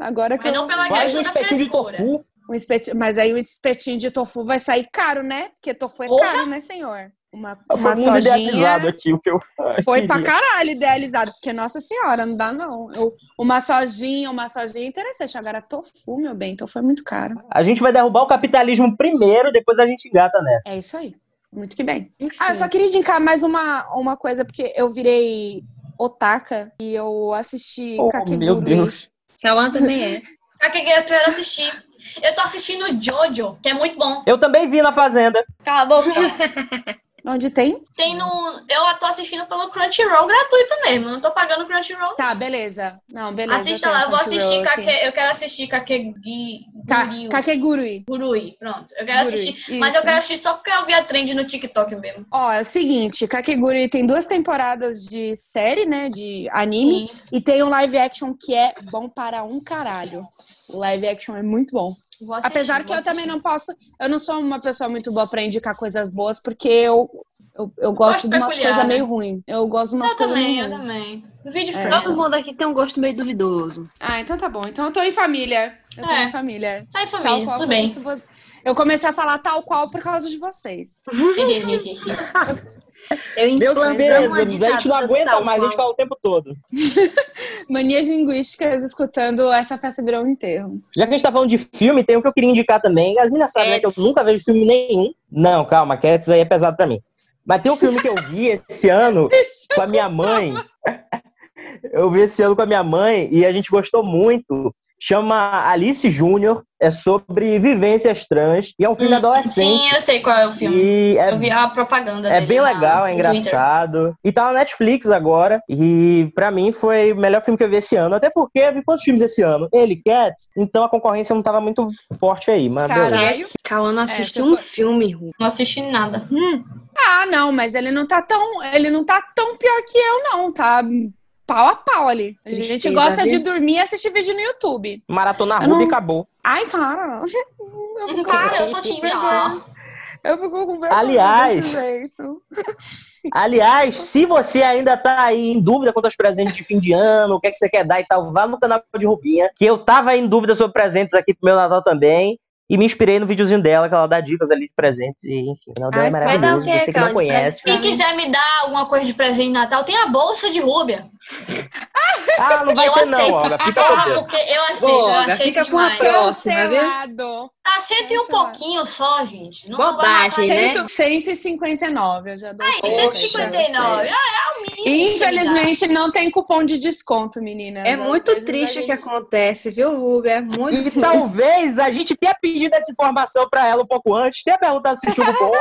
agora que
Mas
eu
não pela
Faz um
questão da
espetinho de
é frescura.
tofu.
Um espeti- Mas aí o espetinho de tofu vai sair caro, né? Porque tofu é
Porra!
caro, né, senhor? Uma,
Foi
uma
muito idealizado
sojinha
aqui o que eu Ai,
foi pra
queria.
caralho idealizado. Porque, nossa senhora, não dá não. Eu- uma sojinha, uma sojinha é interessante. Agora, tofu, meu bem, tofu é muito caro.
A gente vai derrubar o capitalismo primeiro, depois a gente engata nessa.
É isso aí. Muito que bem. Ah, eu só queria indicar mais uma, uma coisa, porque eu virei otaka e eu assisti
Oh,
Kakegurui.
meu Deus.
Cauã também é.
Pra que eu quero assistir? Eu tô assistindo Jojo, que é muito bom.
Eu também vi na Fazenda.
Cala a boca.
Onde tem?
Tem no. Eu tô assistindo pelo Crunchyroll gratuito mesmo. Não tô pagando Crunchyroll.
Tá, beleza. Não, beleza.
Assista
tem
lá, eu vou
Crunchyroll
assistir
aqui.
Kake, eu quero assistir Kakegi
Ka-
Gurui.
Kakegurui.
Gurui, pronto. Eu quero
Gurui,
assistir, mas eu
isso.
quero assistir só porque eu vi a trend no TikTok mesmo.
Ó, é o seguinte, Kakegurui tem duas temporadas de série, né, de anime, e tem um live action que é bom para um caralho. O live action é muito bom.
Vou assistir,
Apesar
vou
que eu
assistir.
também não posso, eu não sou uma pessoa muito boa pra indicar coisas boas, porque eu eu, eu gosto
Gosto
de umas
peculiar,
coisas
né?
meio ruins. Eu gosto de umas
Eu
coisas
também,
meio
eu
ruins.
também. Vídeo é.
Todo mundo aqui tem um gosto meio duvidoso.
Ah, então tá bom. Então eu tô em família.
Eu tenho
É.
família.
Sai
Tal
família,
qual
tudo
por
bem.
isso vo- Eu comecei a falar tal qual por causa de vocês.
Eu
Deus
implantei
beleza,
uma
a gente não
ditadura de
aguenta
São
mais, a gente
Paulo.
fala o tempo todo.
Manias linguísticas escutando essa festa virou um enterro.
Já que a gente tá falando de filme, tem um que eu queria indicar também. As meninas sabem né, que eu nunca vejo filme nenhum. Não, calma, Cats aí é pesado pra mim. Mas tem um filme que eu vi esse ano com a minha mãe. Eu vi esse ano com a minha mãe e a gente gostou muito. Chama Alice Júnior, é sobre vivências trans e é um filme
Hum,
adolescente.
Sim, eu sei qual é o filme.
E é
Eu vi a propaganda
É
dele
bem
na-
legal, é
no Twitter.
engraçado. E tá na Netflix agora. E pra mim foi o melhor filme que eu vi esse ano. Até porque eu vi quantos filmes esse ano? Ele, Cats. Então a concorrência não tava muito forte aí. Mas Ah, beleza.
Caralho.
Cauã não
É,
assiste
se
um
for-
filme, Ru.
Não assisti nada.
Ah, não, mas ele não tá tão, ele não tá tão pior que eu, não. Tá pau a pau ali. A gente
Tristeza,
gosta de
viu?
dormir e assistir vídeo no YouTube.
Maratona
Eu não-
Ruby e acabou.
Ai, para.
Cara, eu só tive
é
lá.
Eu fico com vergonha
Aliás-
desse jeito.
Aliás, se você ainda tá aí em dúvida quanto aos presentes de fim de ano, o que é que você quer dar e tal, vá no canal de Rubinha. Que eu tava em dúvida sobre presentes aqui pro meu Natal também. E me inspirei no videozinho dela, que ela dá dicas ali de presentes. E, enfim, o canal dela é
Ai, vai dar o
maravilhoso.
quê,
Você que
Cláudia?
não conhece.
Se quiser me dar alguma coisa de presente de Natal, tem a bolsa de Rúbia.
Ah, não vai
eu
ter
aceito.
não, Olga. Fica com
Ah,
Deus.
porque eu aceito,
Ô,
eu
Olga,
aceito
fica com a
demais.
pro- Próxima, né? viu?
Cancelado.
Tá cento e um
Sei lá.
pouquinho só, gente. Não
Bobagem, né?
Cento- 159, eu já dou.
Aí,
força pra
159.
vocês.
Ah, é o mínimo. que você me dá.
Infelizmente não tem cupom de desconto, meninas.
É
Às
muito
vezes a
triste o que
gente-
acontece, viu, Rubio? É muito
E
triste.
talvez a gente tenha pedido essa informação pra ela um pouco antes, tenha perguntado se tinha um bom.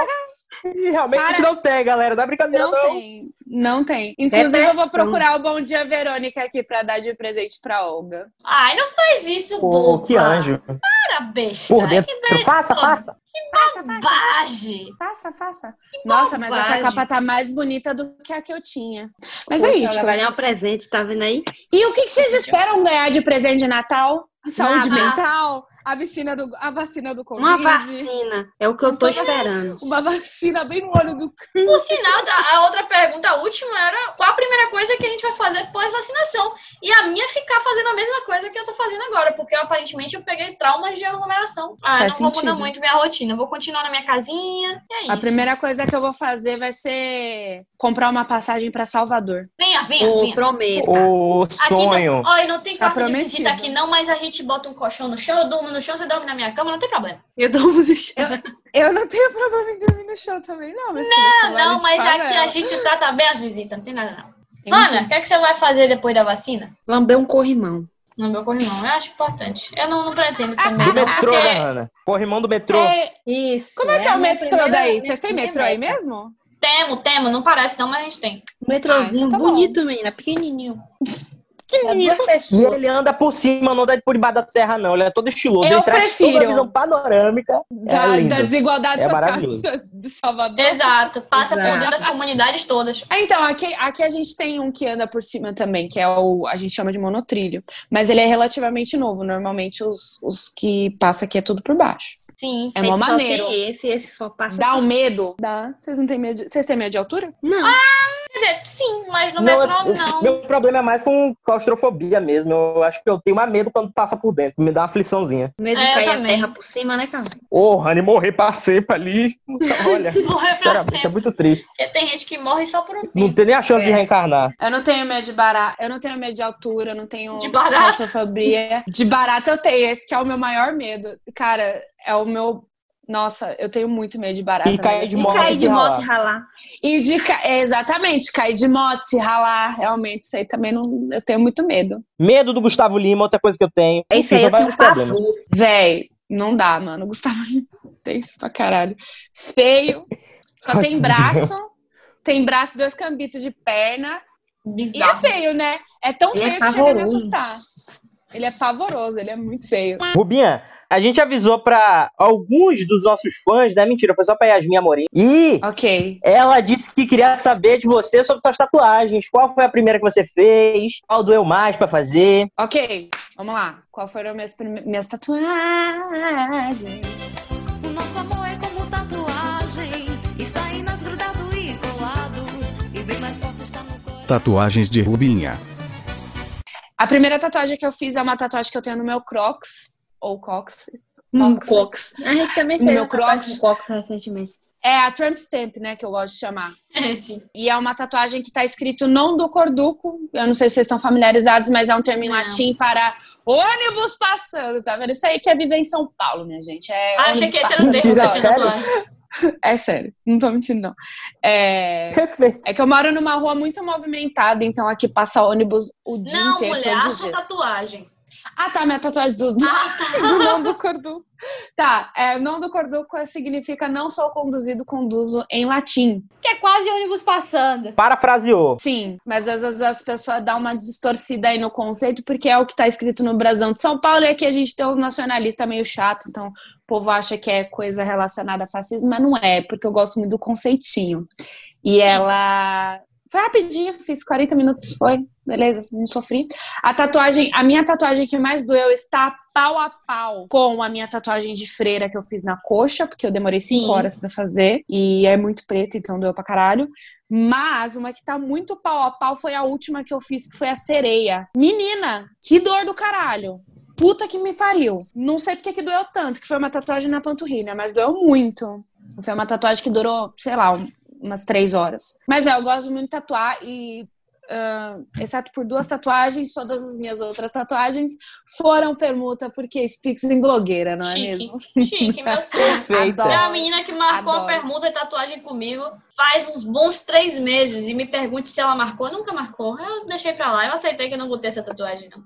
E realmente a gente não tem, galera. Não é brincadeira,
Não,
não.
tem, não tem. Inclusive, eu vou
Depressão.
procurar o Bom Dia Verônica aqui pra dar de presente pra Olga.
Ai, não faz isso,
Pô,
boba.
que anjo.
Cara, besta.
Por dentro.
Que besta.
Faça, faça.
Passa, passa,
Bobagem.
passa, faça. Nossa, mas essa
bobagem.
capa tá mais bonita do que a que eu tinha. Mas é
Poxa,
isso.
Ela vai dar um presente, tá vendo aí?
E o que, que vocês esperam ganhar de presente de Natal? Saúde
Nada.
mental? A vacina do, a vacina do Covid?
Uma vacina. É o que eu tô esperando.
Uma vacina bem no olho do cu.
Por sinal, a a outra pergunta, a última, era qual a primeira coisa que a gente vai fazer pós-vacinação? E a minha é ficar fazendo a mesma coisa que eu tô fazendo agora, porque aparentemente eu peguei traumas de aglomeração. Ah,
Faz
não vou
sentido.
mudar muito minha rotina. Vou continuar na minha casinha. E é
A
isso.
primeira coisa que eu vou fazer vai ser comprar uma passagem pra Salvador.
Venha, venha,
Ô,
venha.
prometa.
O
Aqui
sonho.
Não, olha, não tem
Tá
quarto de
prometido.
visita aqui não, mas a gente bota um colchão no chão, eu durmo no chão, você dorme na minha cama, não tem problema.
Eu dou um chão.
Eu não tenho problema em dormir no chão também, não. Não, é né?
Ah, não, mas aqui a gente trata bem as visitas, não tem nada não.
Ana, o que, é que você vai fazer depois da vacina?
Lamber um corrimão.
Lamber um corrimão, eu acho importante. Eu não, não pretendo também.
Do
não,
metrô,
porque-
né, Ana? Corrimão do metrô.
É,
Isso.
Como é que é
a
o
minha
metrô
primeira-
daí?
minha
Vocês têm
primeira
metrô aí
meta.
mesmo?
Temo, temo, não parece não, mas a gente tem.
Metrozinho
Ah, então tá bom.
bonito, menina. Pequenininho.
Pequenininho. E ele anda por cima, não anda por debaixo da terra, não. Ele é todo estiloso.
Eu
ele traz toda
prefiro.
a visão panorâmica.
Da,
é lindo.
da desigualdade
É maravilhoso.
social de Salvador.
Exato, passa por
Exato.
dentro das comunidades todas.
Ah, Então, aqui, aqui a gente tem um que anda por cima também, que é o. A gente chama de monotrilho. Mas ele é relativamente novo. Normalmente os, os que passa aqui é tudo por baixo.
Sim,
É
sim.
mó
Só
maneiro.
tem esse, esse só passa.
Dá
por
um
cima.
medo? Dá. Vocês não têm medo de... Vocês têm medo de altura?
Não.
Quer dizer, sim, mas no
eu-
metrô
eu-
não.
Meu problema é mais com claustrofobia mesmo. Eu acho que eu tenho mais medo quando passa por dentro. Me dá uma afliçãozinha.
Medo de
É, eu
cair a
também.
terra por cima, né, cara?
Ô, Rani, morrer pra sempre ali. Olha,
Morrer pra
sinceramente, é
sempre.
muito triste.
Porque tem gente que morre só por um
Não
tempo.
tem nem a chance de reencarnar.
Eu não tenho medo de barato.
Eu não tenho medo de altura, eu não tenho
De barato?
claustrofobia. De barato eu tenho, esse que é o meu maior medo. Cara, é o meu. Nossa, eu tenho muito medo de barato.
E cair de
né?
moto.
Cair de
se ralar.
moto e ralar.
E de ca- é, exatamente, cair de moto, se ralar, realmente, isso aí também não, eu tenho muito medo.
Medo do Gustavo Lima, outra coisa que eu tenho.
É isso aí,
São
eu tenho
vários problemas.
pavor.
Véi, não dá, mano. Gustavo tem isso pra caralho. Feio, só tem braço, tem braço, dois cambitos de perna. E é
Bizarro.
feio, né? É tão
Ele
feio
é
que chega a me
pavoroso.
assustar. Ele é pavoroso, ele é muito feio.
Rubinha, a gente avisou pra alguns dos nossos fãs, né? Mentira, foi só pra Yasmin Amorim. E
Ok.
ela disse que queria saber de você sobre suas tatuagens. Qual foi a primeira que você fez? Qual doeu mais pra fazer?
Ok, vamos lá. Qual foram minhas, prime- minhas tatuagens?
O nosso amor é como tatuagem. Está aí nas grudado e colado. E bem mais forte está no coração.
Tatuagens de Rubinha.
A primeira tatuagem que eu fiz é uma tatuagem que eu tenho no meu Crocs, ou Cox.
Num
Cox.
Um cox. A gente também fez
Meu
uma tatuagem
crocs.
com cox recentemente.
É a Trump Stamp, né, que eu gosto de chamar.
É, sim.
E é uma tatuagem que tá escrito não do corduco. Eu não sei se vocês estão familiarizados, mas é um termo em
Não.
latim para ônibus passando, tá vendo? Isso aí que é viver em São Paulo, minha gente. É
Ah, achei
ônibus
que esse era
passando
o termo que
Mentira,
você tinha
sério?
tatuado.
É sério, não tô mentindo, não. É...
Perfeito.
é que eu moro numa rua muito movimentada, então aqui passa ônibus o dia
Não,
inteiro,
mulher,
todos
a
os
sua tá.
dias.
tatuagem.
Ah, tá, minha tatuagem do, do, do não do corduco. Tá, é, não do corduco é- significa não sou conduzido, conduzo em latim.
Que é quase ônibus passando.
Parafraseou.
Sim, mas às vezes as pessoas dão uma distorcida aí no conceito, porque é o que tá escrito no brasão de São Paulo, e aqui a gente tem uns nacionalistas meio chato, então o povo acha que é coisa relacionada a fascismo, mas não é, porque eu gosto muito do conceitinho. E ela. Foi rapidinho, fiz 40 minutos, foi, beleza, não sofri. A tatuagem, a minha tatuagem que mais doeu está pau a pau com a minha tatuagem de freira que eu fiz na coxa, porque eu demorei 5
Sim.
horas pra fazer, e é muito preto, então doeu pra caralho. Mas uma que tá muito pau a pau foi a última que eu fiz, que foi a sereia. Menina, que dor do caralho. Puta que me pariu. Não sei porque que doeu tanto, que foi uma tatuagem na panturrilha, mas doeu muito. Foi uma tatuagem que durou, sei lá, um- umas três horas. Mas é, eu gosto muito de tatuar e. ah, exceto por duas tatuagens, todas as minhas outras tatuagens foram permuta, porque Spix em blogueira, não é
Chique.
mesmo?
Chique, meu sonho.
Perfeita.
É
Adoro.
uma menina que marcou
Adoro.
a permuta e tatuagem comigo faz uns bons três meses e me pergunte se ela marcou. Nunca marcou. Eu deixei pra lá. Eu aceitei que eu não botei essa tatuagem, não.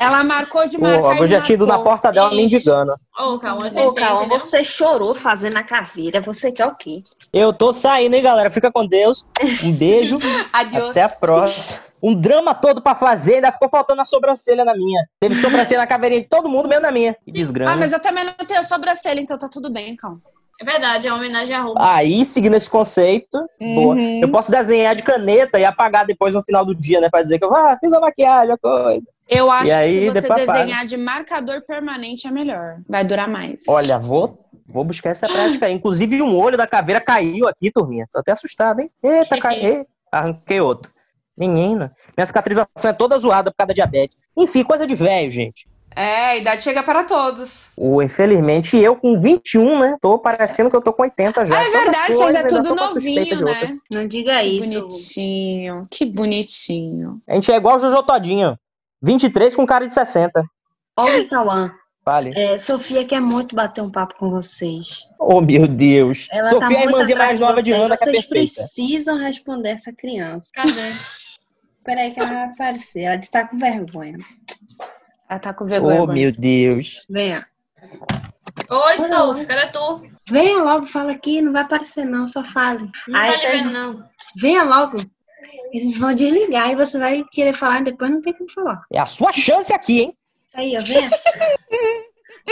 Ela marcou de marcar
Porra,
e
eu já tinha ido na
marcou.
porta dela me
Ixi.
indigando.
Ô, calma, eu
Ô,
tentei,
Calma,
entendeu?
você chorou fazendo a caveira. Você quer o quê?
Eu tô saindo, hein, galera? Fica com Deus. Um beijo.
Adeus.
Até a próxima. Um drama todo pra fazer, ainda ficou faltando a sobrancelha na minha. Teve sobrancelha na caveirinha de todo mundo, menos na minha. Que desgrama.
Ah, mas eu também não tenho sobrancelha, então tá tudo bem, calma.
É verdade, é uma homenagem a roupa.
Aí, seguindo esse conceito, boa.
Uhum.
Eu posso desenhar de caneta e apagar depois no final do dia, né? Pra dizer que eu ah, fiz a maquiagem, a coisa.
Eu acho
E aí,
que se você
depois apaga.
desenhar de marcador permanente é melhor. Vai durar mais.
Olha, vou, vou buscar essa prática aí. Inclusive, um olho da caveira caiu aqui, turminha. Tô até assustado, hein? Eita, caiu. Arranquei outro. Menina, minha cicatrização é toda zoada por causa da diabetes. Enfim, coisa de velho, gente.
É, a idade chega para todos.
Ou, infelizmente, eu com 21, né? Tô parecendo que eu tô com 80 já.
Ah, é
Tanta
verdade,
coisa,
vocês é
ainda
tudo
tô com a suspeita de
novinho, né?
outras.
Não diga
Que
isso.
bonitinho, que bonitinho.
A gente é igual o Jojo Todinho. 23 com cara de 60.
Olha, Cauã.
Vale.
É, Sofia quer muito bater um papo com vocês.
Oh, meu Deus.
Ela
Sofia
tá
é a
muito
irmãzinha
atrás
mais nova de é
vocês.
Ana, que é
Vocês
perfeita.
precisam responder essa criança.
Cadê?
Peraí que ela vai aparecer. Ela disse tá com vergonha.
Ela tá com
Oh, meu Deus.
Venha.
Oi, Souf, cadê tu?
Venha logo, fala aqui. Não vai aparecer não, só fale.
Não tá
então
ligando,
eles-
não.
Venha logo. Eles vão desligar e você vai querer falar e depois não tem como falar.
É a sua chance aqui, hein?
Aí, ó, venha.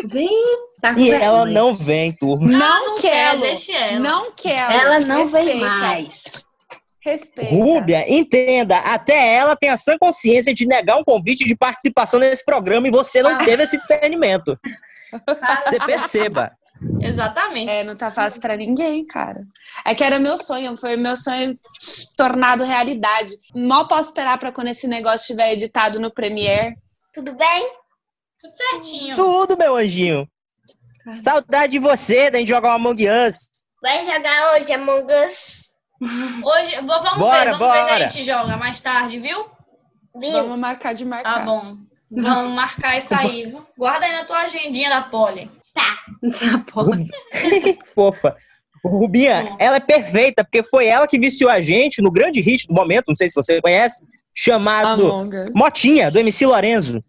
Vem. Tá com
E
vergonha.
ela não vem, turma.
Não,
não quer,
quero.
deixa ela.
Não quero.
Ela não vem
Respeita.
mais.
Respeita.
Rúbia, entenda, até ela tem a sã consciência de negar um convite de participação nesse programa e você não teve esse discernimento. Você perceba.
Exatamente.
É, não tá fácil pra ninguém, cara. É que era meu sonho, foi meu sonho tornado realidade. Mal posso esperar pra quando esse negócio estiver editado no Premiere.
Tudo bem?
Tudo certinho.
Tudo, meu anjinho. Saudade de você, da gente jogar uma Among Us.
Vai jogar hoje Among Us?
Hoje, vamos
Bora,
ver, vamos ver se a
bora.
gente joga mais tarde, viu?
Viu?
Vamos marcar de marcar.
Tá bom. Vamos marcar isso aí. viu? Guarda aí na tua agendinha da Polly.
Tá bom.
Fofa. Rubinha, ela é perfeita, porque foi ela que viciou a gente no grande hit do momento, não sei se você conhece, chamado
Among Us.
Motinha, do MC Lorenzo.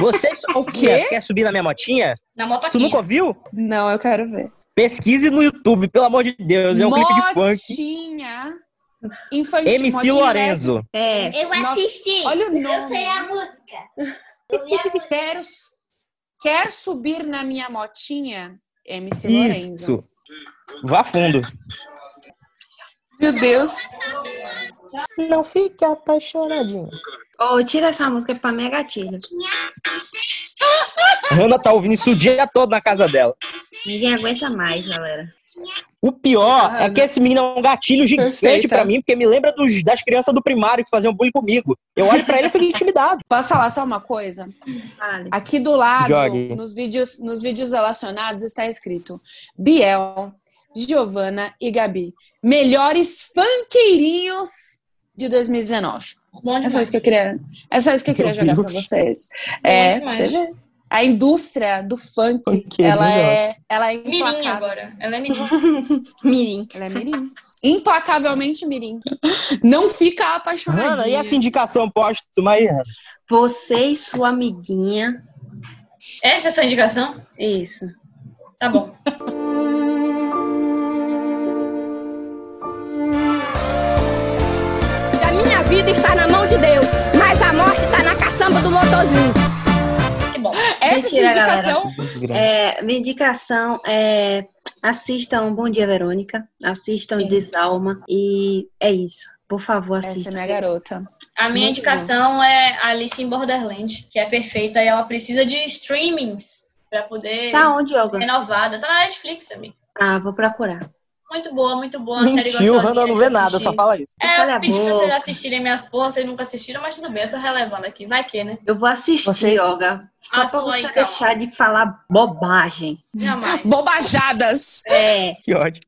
Você o
quê?
quer subir na minha motinha?
Na
Tu
motoquinha.
nunca ouviu?
Não, eu quero ver.
Pesquise no YouTube, pelo amor de Deus. É um clipe de funk.
Motinha. Infantil.
MC
Motinha,
né?
Lorenzo.
É.
né?
Eu
Nossa,
assisti.
Olha o
Eu
nome.
sei a música. Eu vi a música.
Quero, su- quero subir na minha motinha, MC Lorenzo.
Isso. Vá fundo.
Meu Deus.
Não fique apaixonadinho.
Ô, tira essa música pra minha gatilha.
Hanna tá ouvindo isso o dia todo na casa dela.
Ninguém aguenta mais, galera.
O pior é que esse menino é um gatilho gigante
Perfeita.
pra mim, porque me lembra dos- das crianças do primário que faziam bullying comigo. Eu olho pra ele e fico intimidado.
Posso falar só uma coisa?
Fale.
Aqui do lado,
Jogue.
nos vídeos, nos vídeos relacionados, está escrito Biel, Giovana e Gabi. Melhores funkeirinhos de 2019.
Bom
É
demais.
só isso que eu queria, é só isso que eu queria
Meu
jogar pra
Deus.
vocês. É,
demais.
você vê. A indústria do funk,
Funkeirinhos
ela
é
é, ela é
Mirim
implacável.
agora. Ela é mirim.
Mirim.
Ela é mirim. Implacavelmente mirim. Não fica apaixonadinha.
Hanna, e assim, essa indicação póstuma aí?
É,
Hanna?
Você e sua amiguinha.
Essa é a sua indicação?
Isso.
Tá bom.
A minha vida está na mão de Deus, mas a morte está na caçamba do motorzinho.
Que bom.
Essa
Mentira,
indicação
É, minha indicação é assistam Bom Dia Verônica, assistam Desalma e é isso. Por favor,
Essa é
assistam.
minha garota.
A minha
Muito
indicação é Alice em Borderland, que é perfeita e ela precisa de streamings pra poder
Tá onde, Yoga?
renovada. Tá na Netflix, amigo.
Ah, vou procurar.
Muito boa, muito boa. uma série
Mentiu,
gostosinha
Hanna não
de
vê nada,
assistir.
só fala isso.
É,
Cala a
eu pedi pra vocês
boca.
assistirem minhas porras, vocês nunca assistiram, mas tudo bem, eu tô relevando aqui. Vai que, né?
Eu vou assistir,
Vocês-
Yoga. Só
Ah,
pra
sua
você
aí, calma.
deixar de falar bobagem.
Jamais.
Bobajadas.
É,
Que ótimo.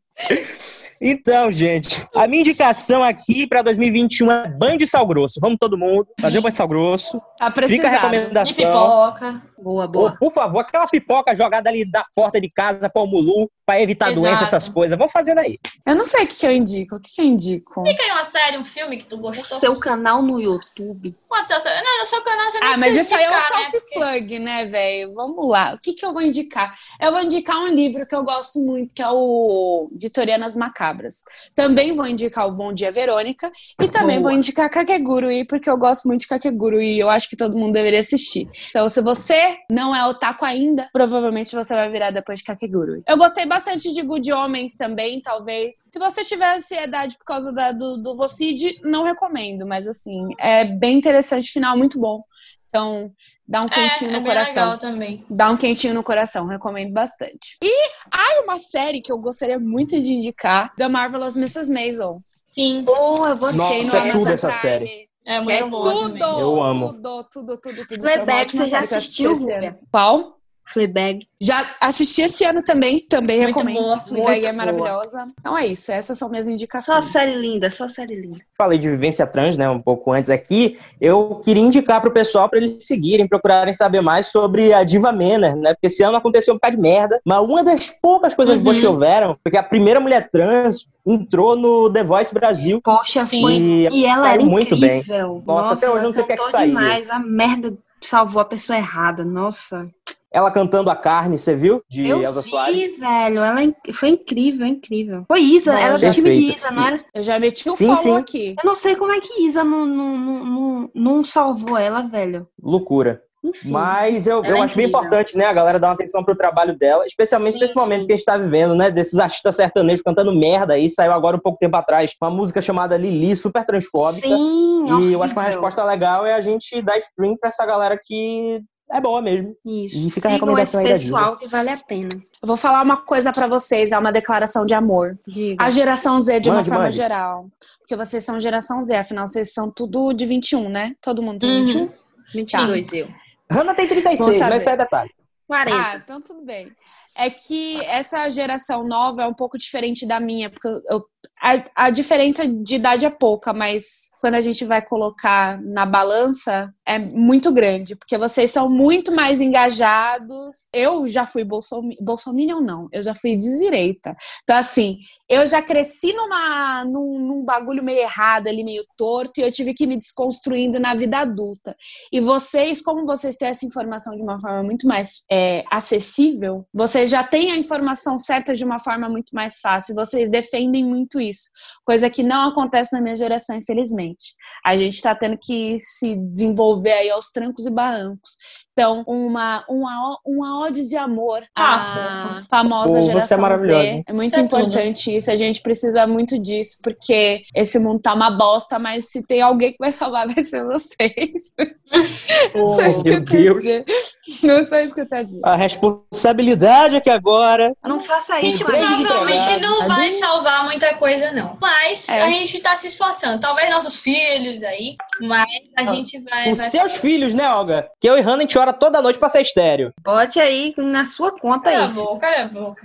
Então, gente, a minha indicação aqui pra 2021 é banho de sal grosso. Vamos todo mundo fazer um banho de sal grosso. Fica
Tá
a
precisando.
De
recomendação.
pipoca.
boa,
Ô,
boa.
por favor, aquela pipoca jogada ali da porta de casa para o mulu, pra evitar
Exato.
doença, essas coisas. Vamos fazendo aí.
Eu não sei o que, que eu indico. O que, que eu indico?
Fica aí uma série, um filme que tu
O
gostou.
seu canal no YouTube.
Pode ser o seu. Não, no seu canal você não
Ah, mas
precisa
isso aí é um
indicar, né?
self-plug, né, velho? Vamos lá. O que, que eu vou indicar? Eu vou indicar um livro que eu gosto muito, que é o Vitorianas Macabras. Também vou indicar o Bom Dia Verônica. E também
Boa.
vou indicar Kakegurui, porque eu gosto muito de Kakegurui e eu acho que todo mundo deveria assistir. Então, se você não é otaku ainda, provavelmente você vai virar depois de Kakegurui. Eu gostei bastante de Good Homens também, talvez. Se você tiver ansiedade por causa da- do, do Vocid, não recomendo. Mas, assim, é bem interessante, final muito bom. Então, dá um quentinho
é, é
no
bem
coração.
legal também.
Dá um quentinho no coração, recomendo bastante. E há uma série que eu gostaria muito de indicar: The Marvelous Mrs. Maisel.
Sim,
Boa, eu vou
Nossa,
Tem no
é
Amazon
tudo essa
Prime.
série.
é muito
Quero
boa.
Tudo!
também.
Eu amo.
Tudo, tudo, tudo, tudo.
Fleabag,
Foi uma ótima
você já
série que eu assisti
assistiu,
esse ano.
Rubia?
Qual?
Fleabag.
Já assisti esse ano também, também
Muito
recomendo.
boa,
Fleabag
muito boa.
é maravilhosa. Então é isso, essas são minhas
Só
indicações.
série linda, só série linda.
falei de vivência trans, né, um pouco antes aqui, eu queria indicar pro pessoal para eles seguirem, procurarem saber mais sobre a Diva Menor, né? Porque esse ano aconteceu um bocado de merda, mas uma das poucas coisas
Uhum.
boas que houveram foi que a primeira mulher trans entrou no The Voice Brasil.
Poxa, foi- e ela
saiu
era
muito bem.
incrível.
Nossa, até hoje eu não sei o que é que
cantou
saiu.
demais, a merda salvou a pessoa errada, nossa.
Ela cantando a carne, você viu? De
eu
Elza
vi,
Soares.
velho, ela é inc- foi incrível, incrível. Foi Isa,
Não, é
ela era do time de
perfeito.
Isa, não era?
Eu já meti
o Sim, follow sim.
aqui.
Eu não sei como é que Isa não, não, não, não, não salvou ela, velho.
Loucura. Mas eu,
ela
eu
é
acho bem
incrível.
importante, né, a galera dar uma atenção pro trabalho dela, especialmente nesse momento que a gente tá vivendo, né? Desses artistas sertanejos cantando merda aí, saiu agora um pouco tempo atrás uma música chamada Lili, super transfóbica.
Sim,
e eu
horrível.
acho que uma resposta legal é a gente dar stream pra essa galera que é boa mesmo.
Isso.
E fica a
Sigam
recomendação aí da
esse
Diva.
pessoal.
Que vale a pena.
Eu vou falar uma coisa pra vocês, é uma declaração de amor.
Diga.
Ah,
A geração Z, de uma
Mande,
forma
mande.
geral. Porque vocês são geração Z, afinal, vocês são tudo de 21, né? Todo mundo tem
Uhum.
21?
22
eu.
Hannah tem
Vou
36,
saber.
mas isso é detalhe.
40.
Ah, então tudo bem. É que essa geração nova é um pouco diferente da minha, porque eu- eu- a, a diferença de idade é pouca, mas quando a gente vai colocar na balança é muito grande, porque vocês são muito mais engajados. Eu já fui bolsomi- bolsominion, não, eu já fui de direita. Então, assim, eu já cresci numa, num, num bagulho meio errado ali, meio torto, e eu tive que ir me desconstruindo na vida adulta. E vocês, como vocês têm essa informação de uma forma muito mais é, acessível, vocês já têm a informação certa de uma forma muito mais fácil. Vocês defendem muito isso. Coisa que não acontece na minha geração, infelizmente. A gente está tendo que se desenvolver aí aos trancos e barrancos. Então, uma, uma, uma ode de amor à famosa
Pô, você é
geração Z.
maravilhosa.
É muito
Você é tudo.
importante isso. A gente precisa muito disso, porque esse mundo tá uma bosta, mas se tem alguém que vai salvar, vai ser vocês.
Oh,
Só isso que
meu
eu tenho a
Deus.
dizer. Não é só isso que eu tenho a dizer.
A responsabilidade é que agora.
Não faça
isso, Tem três
Provavelmente
empregados.
não né? vai
Ali-
salvar muita coisa, não. Mas
É.
a gente tá se esforçando. Talvez nossos filhos aí, mas a gente vai.
Os
vai-
seus filhos, né, Olga? Que eu e Hannah a gente ora toda noite pra ser estéreo.
Bote aí na sua conta
Cala a
isso.
boca, cala a boca.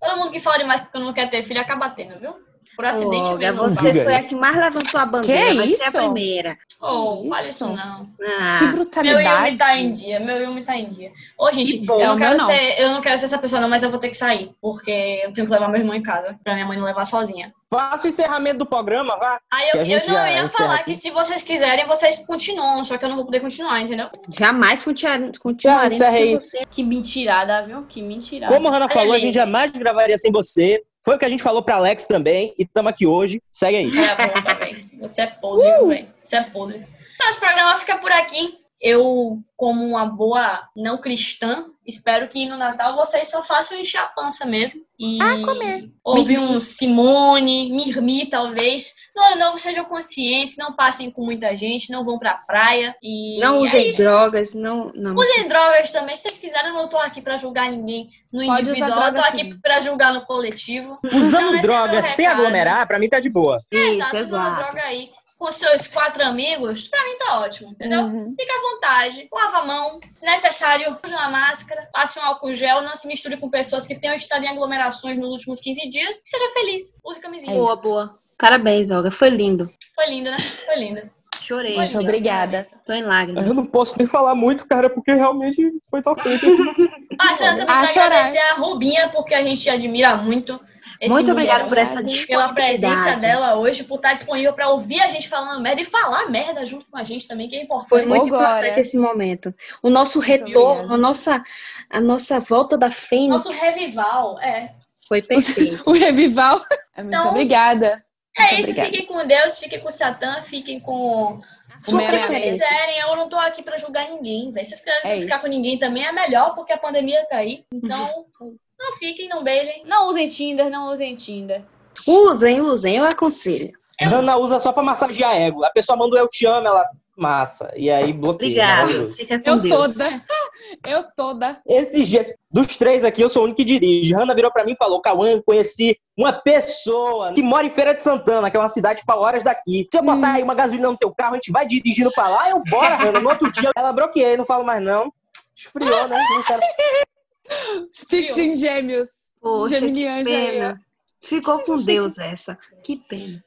Todo mundo que fala demais porque não quer ter filho acaba tendo, viu? Por acidente
Olga,
mesmo.
Você
fala.
foi a que mais levantou a bandeira.
Que
vai ser
isso?
a primeira.
Oh, fale isso não.
Ah.
Meu Yumi tá
É
em dia, meu Yumi tá em dia. Ô, gente,
bom.
eu,
O
não
meu
quero
não.
Ser, eu não quero ser essa pessoa, não, mas eu vou ter que sair. Porque eu tenho que levar meu irmão em casa, pra minha mãe não levar sozinha.
Faça o encerramento do programa, vá.
Aí
Que
eu,
a gente
eu não
já
ia
encerra
falar
aqui.
que se vocês quiserem, vocês continuam, só que eu não vou poder continuar, entendeu?
Jamais continua- continuaremos
Encerra
sem
aí.
você.
Que mentirada, viu? Que
Ah.
mentirada.
Como a Hannah falou, a gente jamais gravaria sem você. Foi o que a gente falou pra Alex também. E estamos aqui hoje. Segue aí.
É bom também. Você é podre,
Uh!
velho. Você é podre. Nosso programa fica por aqui. Eu, como uma boa não cristã, espero que no Natal vocês só façam encher a pança mesmo. E
Ah,
comer. ouvir um Simone, Mirmi, talvez. No ano novo sejam conscientes, não passem com muita gente, não vão pra praia. E
Não
é
usem
isso.
drogas, não, não.
Usem drogas também, se vocês quiserem, eu não tô aqui pra julgar ninguém no
Pode usar
individual, eu tô
droga,
aqui pra julgar no coletivo. Então,
Usando
esse é o
droga
meu
sem
recado.
aglomerar, pra mim tá de boa.
Exato, usando a droga aí com seus quatro amigos, pra mim tá ótimo, entendeu?
Uhum.
Fica à vontade, lava a mão, se necessário, use uma máscara, passe um álcool gel, não se misture com pessoas que tenham estado em aglomerações nos últimos 15 dias, e seja feliz, use camisinha.
Boa, boa. Parabéns, Olga. Foi lindo.
Foi linda, né? Foi linda.
Chorei.
Foi linda,
Tô em lágrimas.
Eu não posso nem falar muito, cara, porque realmente foi tocante.
Passando Ah, também
A
pra
chorar.
agradecer a Rubinha, porque a gente admira muito. esse
Muito obrigada
mulherão.
por essa
Pela
disponibilidade.
presença dela hoje, por estar disponível pra ouvir a gente falando merda e falar merda junto com a gente também, que é importante.
Foi muito importante esse momento. O nosso retorno, a nossa, a nossa volta da fênix
Nosso revival, é.
foi perfeito.
o é revival. É Muito
Então,
obrigada.
É
Muito
isso,
obrigada.
fiquem com Deus, fiquem com Satã, fiquem com
Sua
o é assim. que vocês
preferência.
quiserem. Eu não tô aqui pra julgar ninguém, velho. Se vocês
É
quiserem ficar
isso.
com ninguém também, é melhor, porque a pandemia tá aí. Então,
Uhum.
não fiquem, não beijem.
Não usem Tinder, não usem Tinder.
Usem, usem, eu aconselho.
Hannah usa só pra massagear ego. A pessoa manda o eu te amo, ela massa. E aí bloqueia. né,
Obrigada.
maravilhoso.
Fica com
Eu
Deus.
toda. Eu toda.
Esses dias, dos três aqui, eu sou o único que dirige. Hanna virou pra mim e falou: Cauã, conheci uma pessoa que mora em Feira de Santana, que é uma cidade pra horas daqui. Se eu botar aí uma gasolina no teu carro, a gente vai dirigindo pra lá, eu bora, Hanna. No outro dia, ela bloqueei, não falo mais não. Esfriou, né? Não quero-
Sticks em gêmeos.
Poxa,
Geminian
que
já ia.
pena. Ficou com Deus essa. Que pena.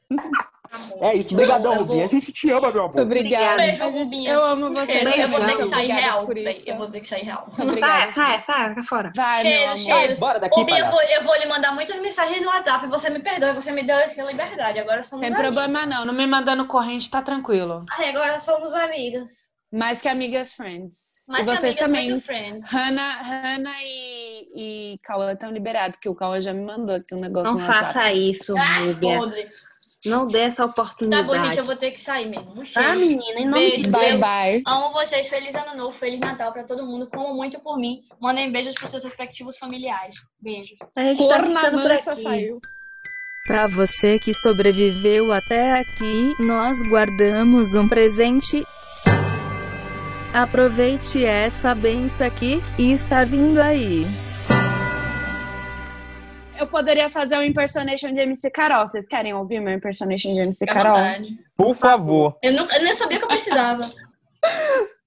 É isso, brigadão,
Eu vou-
Rubinho. A gente te ama, meu amor.
Obrigada.
Beijo,
Gente,
Rubinha.
eu amo você.
Cheiro, Eu vou ter que
Beijão.
sair
Obrigada
real.
por
véi.
isso.
Eu vou ter que sair real.
Obrigada.
Sai, sai, sai, vai fora.
Vai, meu
Cheiro,
amor.
cheiro.
Bora daqui,
Rubinha, eu
palhaço.
vou, eu vou lhe mandar muitas mensagens no WhatsApp. Você me perdoa, você me deu essa liberdade. Agora somos
Tem
amigos.
problema não, não me mandando corrente, tá tranquilo.
Ai, agora somos amigas.
Mais que amigas friends.
Mas
e vocês
amigas
também. né?
muito friends.
Hannah, Hannah e, e Cauã estão liberados, que o Cauã já me mandou aqui um negócio
Não
no WhatsApp.
faça isso,
Ah,
Rúbia.
podre.
Não dê essa
Tá bom, gente,
oportunidade.
eu vou ter que sair mesmo. Um cheiro.
Tá, menina? Em nome de
Beijo,
Bye,
Deus.
Deus.
bye.
Amo vocês. Feliz ano novo, feliz Natal pra todo mundo. Como muito por mim. Mandem beijos pros seus respectivos familiares. Beijos.
A gente tá ficando por
Cornamansa
aqui.
saiu.
Para você que sobreviveu até aqui, nós guardamos um presente. Aproveite essa benção aqui e está vindo aí.
Eu poderia fazer um impersonation de MC Carol. Vocês querem ouvir meu impersonation de MC
Fica à
Carol?
vontade.
Por favor.
Eu, nunca, eu nem sabia que eu precisava.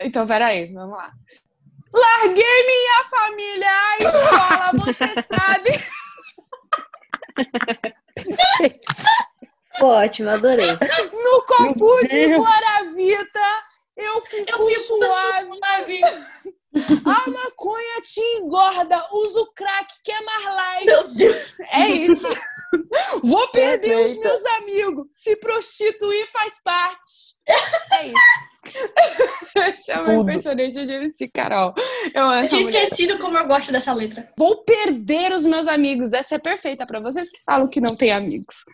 Então, peraí, vamos lá. Larguei minha família, a escola, você sabe.
Ficou Ótimo, adorei.
No compu de
Deus.
Guaravita, eu fico,
Eu fico
suave.
suave.
A maconha te engorda. Usa o crack, que é mais light.
Meu Deus.
É isso. Vou perder os
Perfeita.
meus amigos. Se prostituir faz parte. É isso. Esse é o meu
Tudo.
personagem de MC Carol. Eu amo
Eu
essa
tinha
mulher.
esquecido como eu gosto dessa letra.
Vou perder os meus amigos. Essa é perfeita pra vocês que falam que não tem amigos.